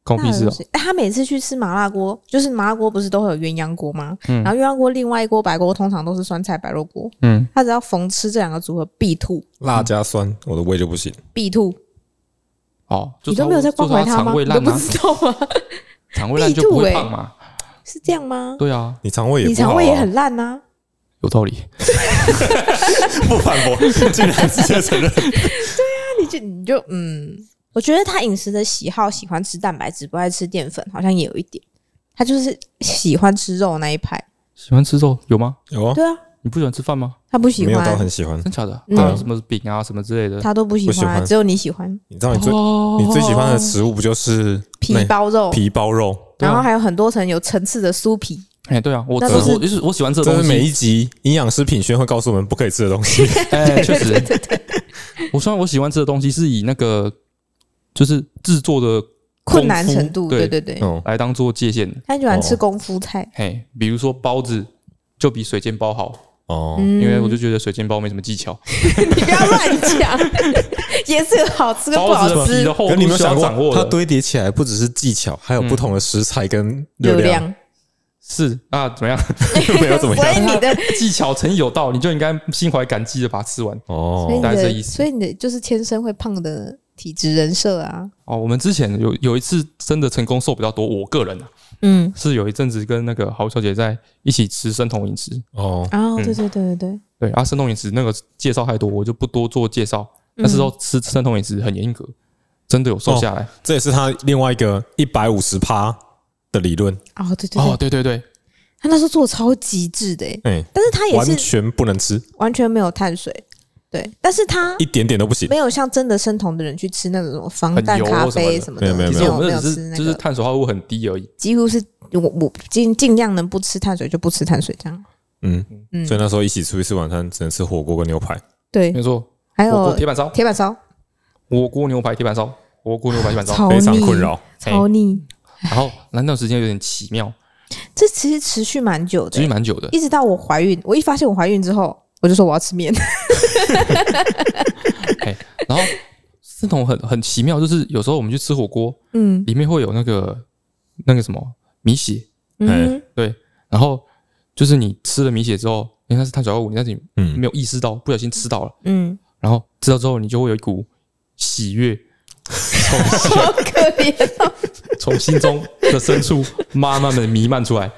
关我
那
屁事
很
哦！
是哎他每次去吃麻辣锅，就是麻辣锅不是都会有鸳鸯锅吗？然后鸳鸯锅另外一锅白锅通常都是酸菜白肉锅，
嗯，
他只要逢吃这两个组合必吐
辣加酸，我的胃就不行。
必吐。
哦，就
你
是
都没有在关怀
就
他
是他
吗？
肠胃
你都
烂
不
啊，
知道吗？
肠胃烂就
地
不会
肚欸
胖嘛。
是这样吗？
对啊，
你肠胃也
你
不好啊
肠胃也很烂呐、
有道理。
不反驳，竟然直接承认。
那你就你就嗯，我觉得他饮食的喜好喜欢吃蛋白质，不爱吃淀粉，好像也有一点。他就是 喜欢吃肉那一派，
喜欢吃肉有吗？
有啊，
对啊，
你不喜欢吃饭吗？
他不喜
没有到
欢，
很喜欢。
真假的？
嗯
还有什么饼啊什么之类的？
他都不喜
不喜
欢啊，
欢
只有你喜欢
你知道你最
哦
你最喜欢的食物不就是
哦皮
那
包肉，
皮哦包肉？
对啊
然后还有很多层有层次的酥皮，
哎，对啊，我
那
吃
都是
我就是我喜欢吃的
这
东
是每
西。
一集营养师品轩会告诉我们不可以吃的东西。
哎，确实，我虽然我喜欢吃的东西是以那个就是制作的
困难
功夫
程度，对
对
对对，
嗯，
来当做界限的。
他喜欢吃
哦
功夫菜，
嘿，比如说包子就比水煎包好，
哦，
嗯
因为我就觉得水煎包没什么技巧，
你不要乱讲， 也是有好吃跟不
包子
好
的皮
吃
的厚
可
度
你有没有
需要
想
掌
过
握，
它
的。
堆叠起来不只是技巧，还有不同的食材
嗯
跟热
热
量，
量，
是啊，怎么样？
没有怎么
所以
样。
你的
技巧诚意有道，你就应该心怀感激的把它吃完。
所以
哦
你
大概这
的，
意思
所以你的就是天生会胖的体质人设啊。
哦，我们之前有有一次真的成功瘦比较多，我个人啊
嗯，
是有一阵子跟那个郝小姐在一起吃生酮饮食，
哦，
哦，
嗯
对对对对对，
对啊，生酮饮食那个介绍太多，我就不多做介绍。那时
嗯
候吃生酮饮食很严格，真的有瘦下来。
这也是他另外一个一百五十趴的理论，
哦，对对
哦，
对，
对对对，
他那时候做得超极致的欸，
哎，
但是他啊也
完
是
全不能吃，
完全没有碳水，对，但是他
一点点都不行。
没有像真的生酮的人去吃那种防弹
很油
咖啡什
什
么的，
没有
其
没
实
有
我们
没有吃
只是
那
就是
个，
碳水化合物很低而已。
几乎是我我尽尽量能不吃碳水就不吃碳水这样。
嗯，
嗯，
所以那时候一起出去吃晚餐，只能吃火锅跟牛排。
对
没，错，
还
火
有
嗯锅铁板烧，
铁板烧
火锅牛排铁板烧，火锅牛排铁板 烧。
超
非常
腻
困扰。
超腻，
然后那段时间有点奇妙，
这其实持续蛮久的
持续
欸，
蛮久的。
一直到我怀孕，我一发现我怀孕之后，我就说我要吃面。
哎，然后这种很很奇妙，就是有时候我们去吃火锅，
嗯
里面会有那个那个什么米血，
嗯
对，然后就是你吃了米血之后，因为它是碳水化合物，但是你
嗯
没有意识到，不小心吃到了，
嗯，
然后吃到之后，你就会有一股喜悦
好可怜，
从心中的深处慢慢的弥 漫出来。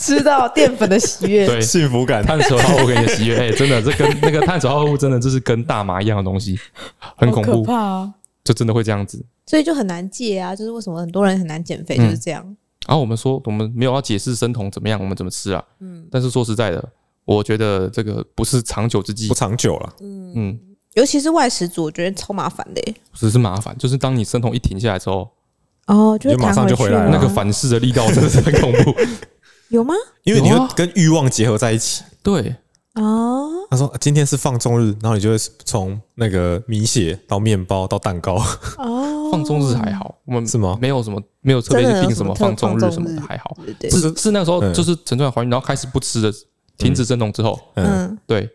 吃到淀粉的喜悦。
对，
幸福感，
碳水化合物给你的喜悦，哎、真的，这跟那个碳水化合物真的就是跟大麻一样的东西，很恐
好可
怖，
怕啊！
就真的会这样子。
所以就很难戒啊，就是为什么很多人很难减肥，就是这样。
然后我们说，我们没有要解释生酮怎么样，我们怎么吃啊？
嗯
但是说实在的，我觉得这个不是长久之计
不，长久了。
嗯，
嗯，
尤其是外食族，我觉得超麻烦的欸耶。
只是麻烦，就是当你生酮一停下来之后，
哦，就会
就马上
弹
就
回
回
去
来
吗
了
那个反噬的力道真的是很恐 怖。
有吗？
因为你
有啊
会跟欲望结合在一起。
对，
哦，
他说今天是放纵日，然后你就会从那个米血到面包到蛋糕，
哦，
放纵日还好，我们
是吗
没有什么没有特别
真的
去
有
定
什
什
么
么
特
放纵
放
日
纵
什么
日
的还好，
对对对，
是是那时候
嗯
就是陈段怀孕，然后开始不吃了，停止生酮之后，
嗯，
嗯，
对，然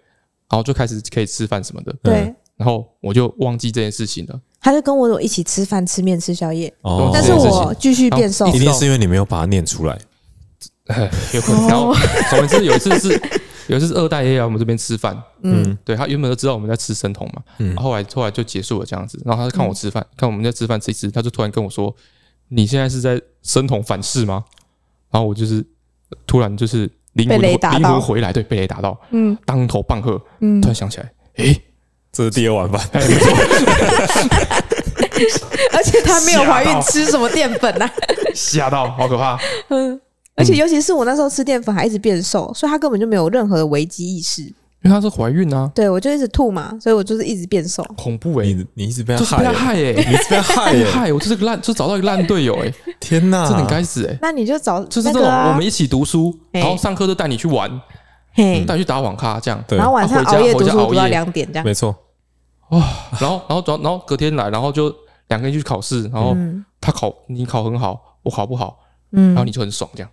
后就开始可以吃饭什么的，
对，
然后我就忘记这件事情了。
他就跟我有一起吃饭、吃面、吃宵夜，
哦
但是
这件事
我
情
继续变瘦
然后
一。定是因为你没有把它念出来，
有可
哦
能。然后总之有一次是 有一次是二代也来我们这边吃饭，
嗯
对他原本都知道我们在吃生酮嘛，
嗯
然后后来后来就结束了这样子。然后他就看
嗯
我吃饭，看我们在吃饭吃一吃，他就突然跟我说：“你现在是在生酮反噬吗？”然后我就是突然就是灵魂
被雷
回
打到
灵魂回来，对，被雷打到，
嗯
当头棒喝，
嗯
突，然想起来，诶，
这是第二碗饭。
哎
而且她没有怀
吓
孕，
到
吃什么淀粉啊？
吓到，好可怕。
嗯， 而且尤其是我那时候吃淀粉还一直变瘦，所以她根本就没有任何的危机意识。
因为她是怀孕啊，
对我就一直吐嘛，所以我就是一直变瘦。
恐怖诶，
你你一直被他
就是被
害
他害
欸，
诶，
你一直被他害
害
欸，
害，我就是个烂，就找到一个烂队友诶，欸
天哪！
这很该死诶。
嗯那你就找
就是
那
这
个
种，
啊
我们一起读书，
哎
然后上课就带你去玩，
嘿，
带你去打网咖这样。
对
然后晚上
啊回家
熬夜读书读
回家
到
熬夜
两点这样。
没错，
然后，然后，然后，然后隔天来，然后就两个人去考试，然后
嗯
他考你考很好，我考不好，
嗯
然后你就很爽，这样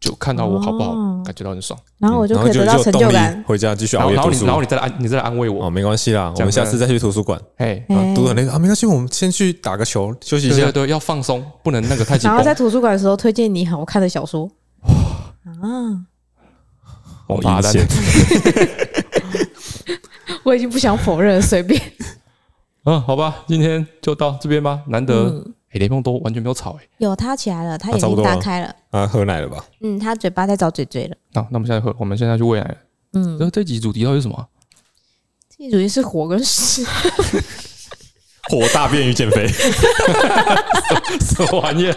就看到我考不好
哦，
感觉到很爽。
然后我就可以得到
有
成
动
就
力
感。
回家继续
然
熬
后，
夜
然后
读
你，
书
然。后你再来安，你再来安慰
哦，
我，
没关系啦，我
讲
们
真
下
的
次再去图书馆
哎，
嘿
啊，读得很累啊，没关系，我们先去打个球休息一
对
下
对。对，要放松，不能那个太紧
啊然后
绷。
在图书馆的时候推荐你好看的小说。啊，
好
罚
阴
单
险，
我已经不想否认了，随便。
嗯，好吧，今天就到这边吧。难得
嗯，
哎，雷梦都完全没有吵哎。
有他起来了，他
那
眼
差不
睛
多
大
了
开了，
啊，喝奶了吧？
嗯，他嘴巴在找嘴嘴了，
好，那我们现在回，我们现在去喂奶了。
嗯，
那这集主题到底是什么 啊？
这主题是火跟 屎，
火大便于减肥，
什么玩意儿？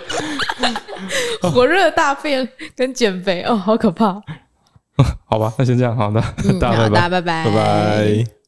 火热大便跟减肥，哦，好可怕。
好吧，那先这样，好的，
嗯，
大家
好，
拜拜
大。家拜拜，
拜拜。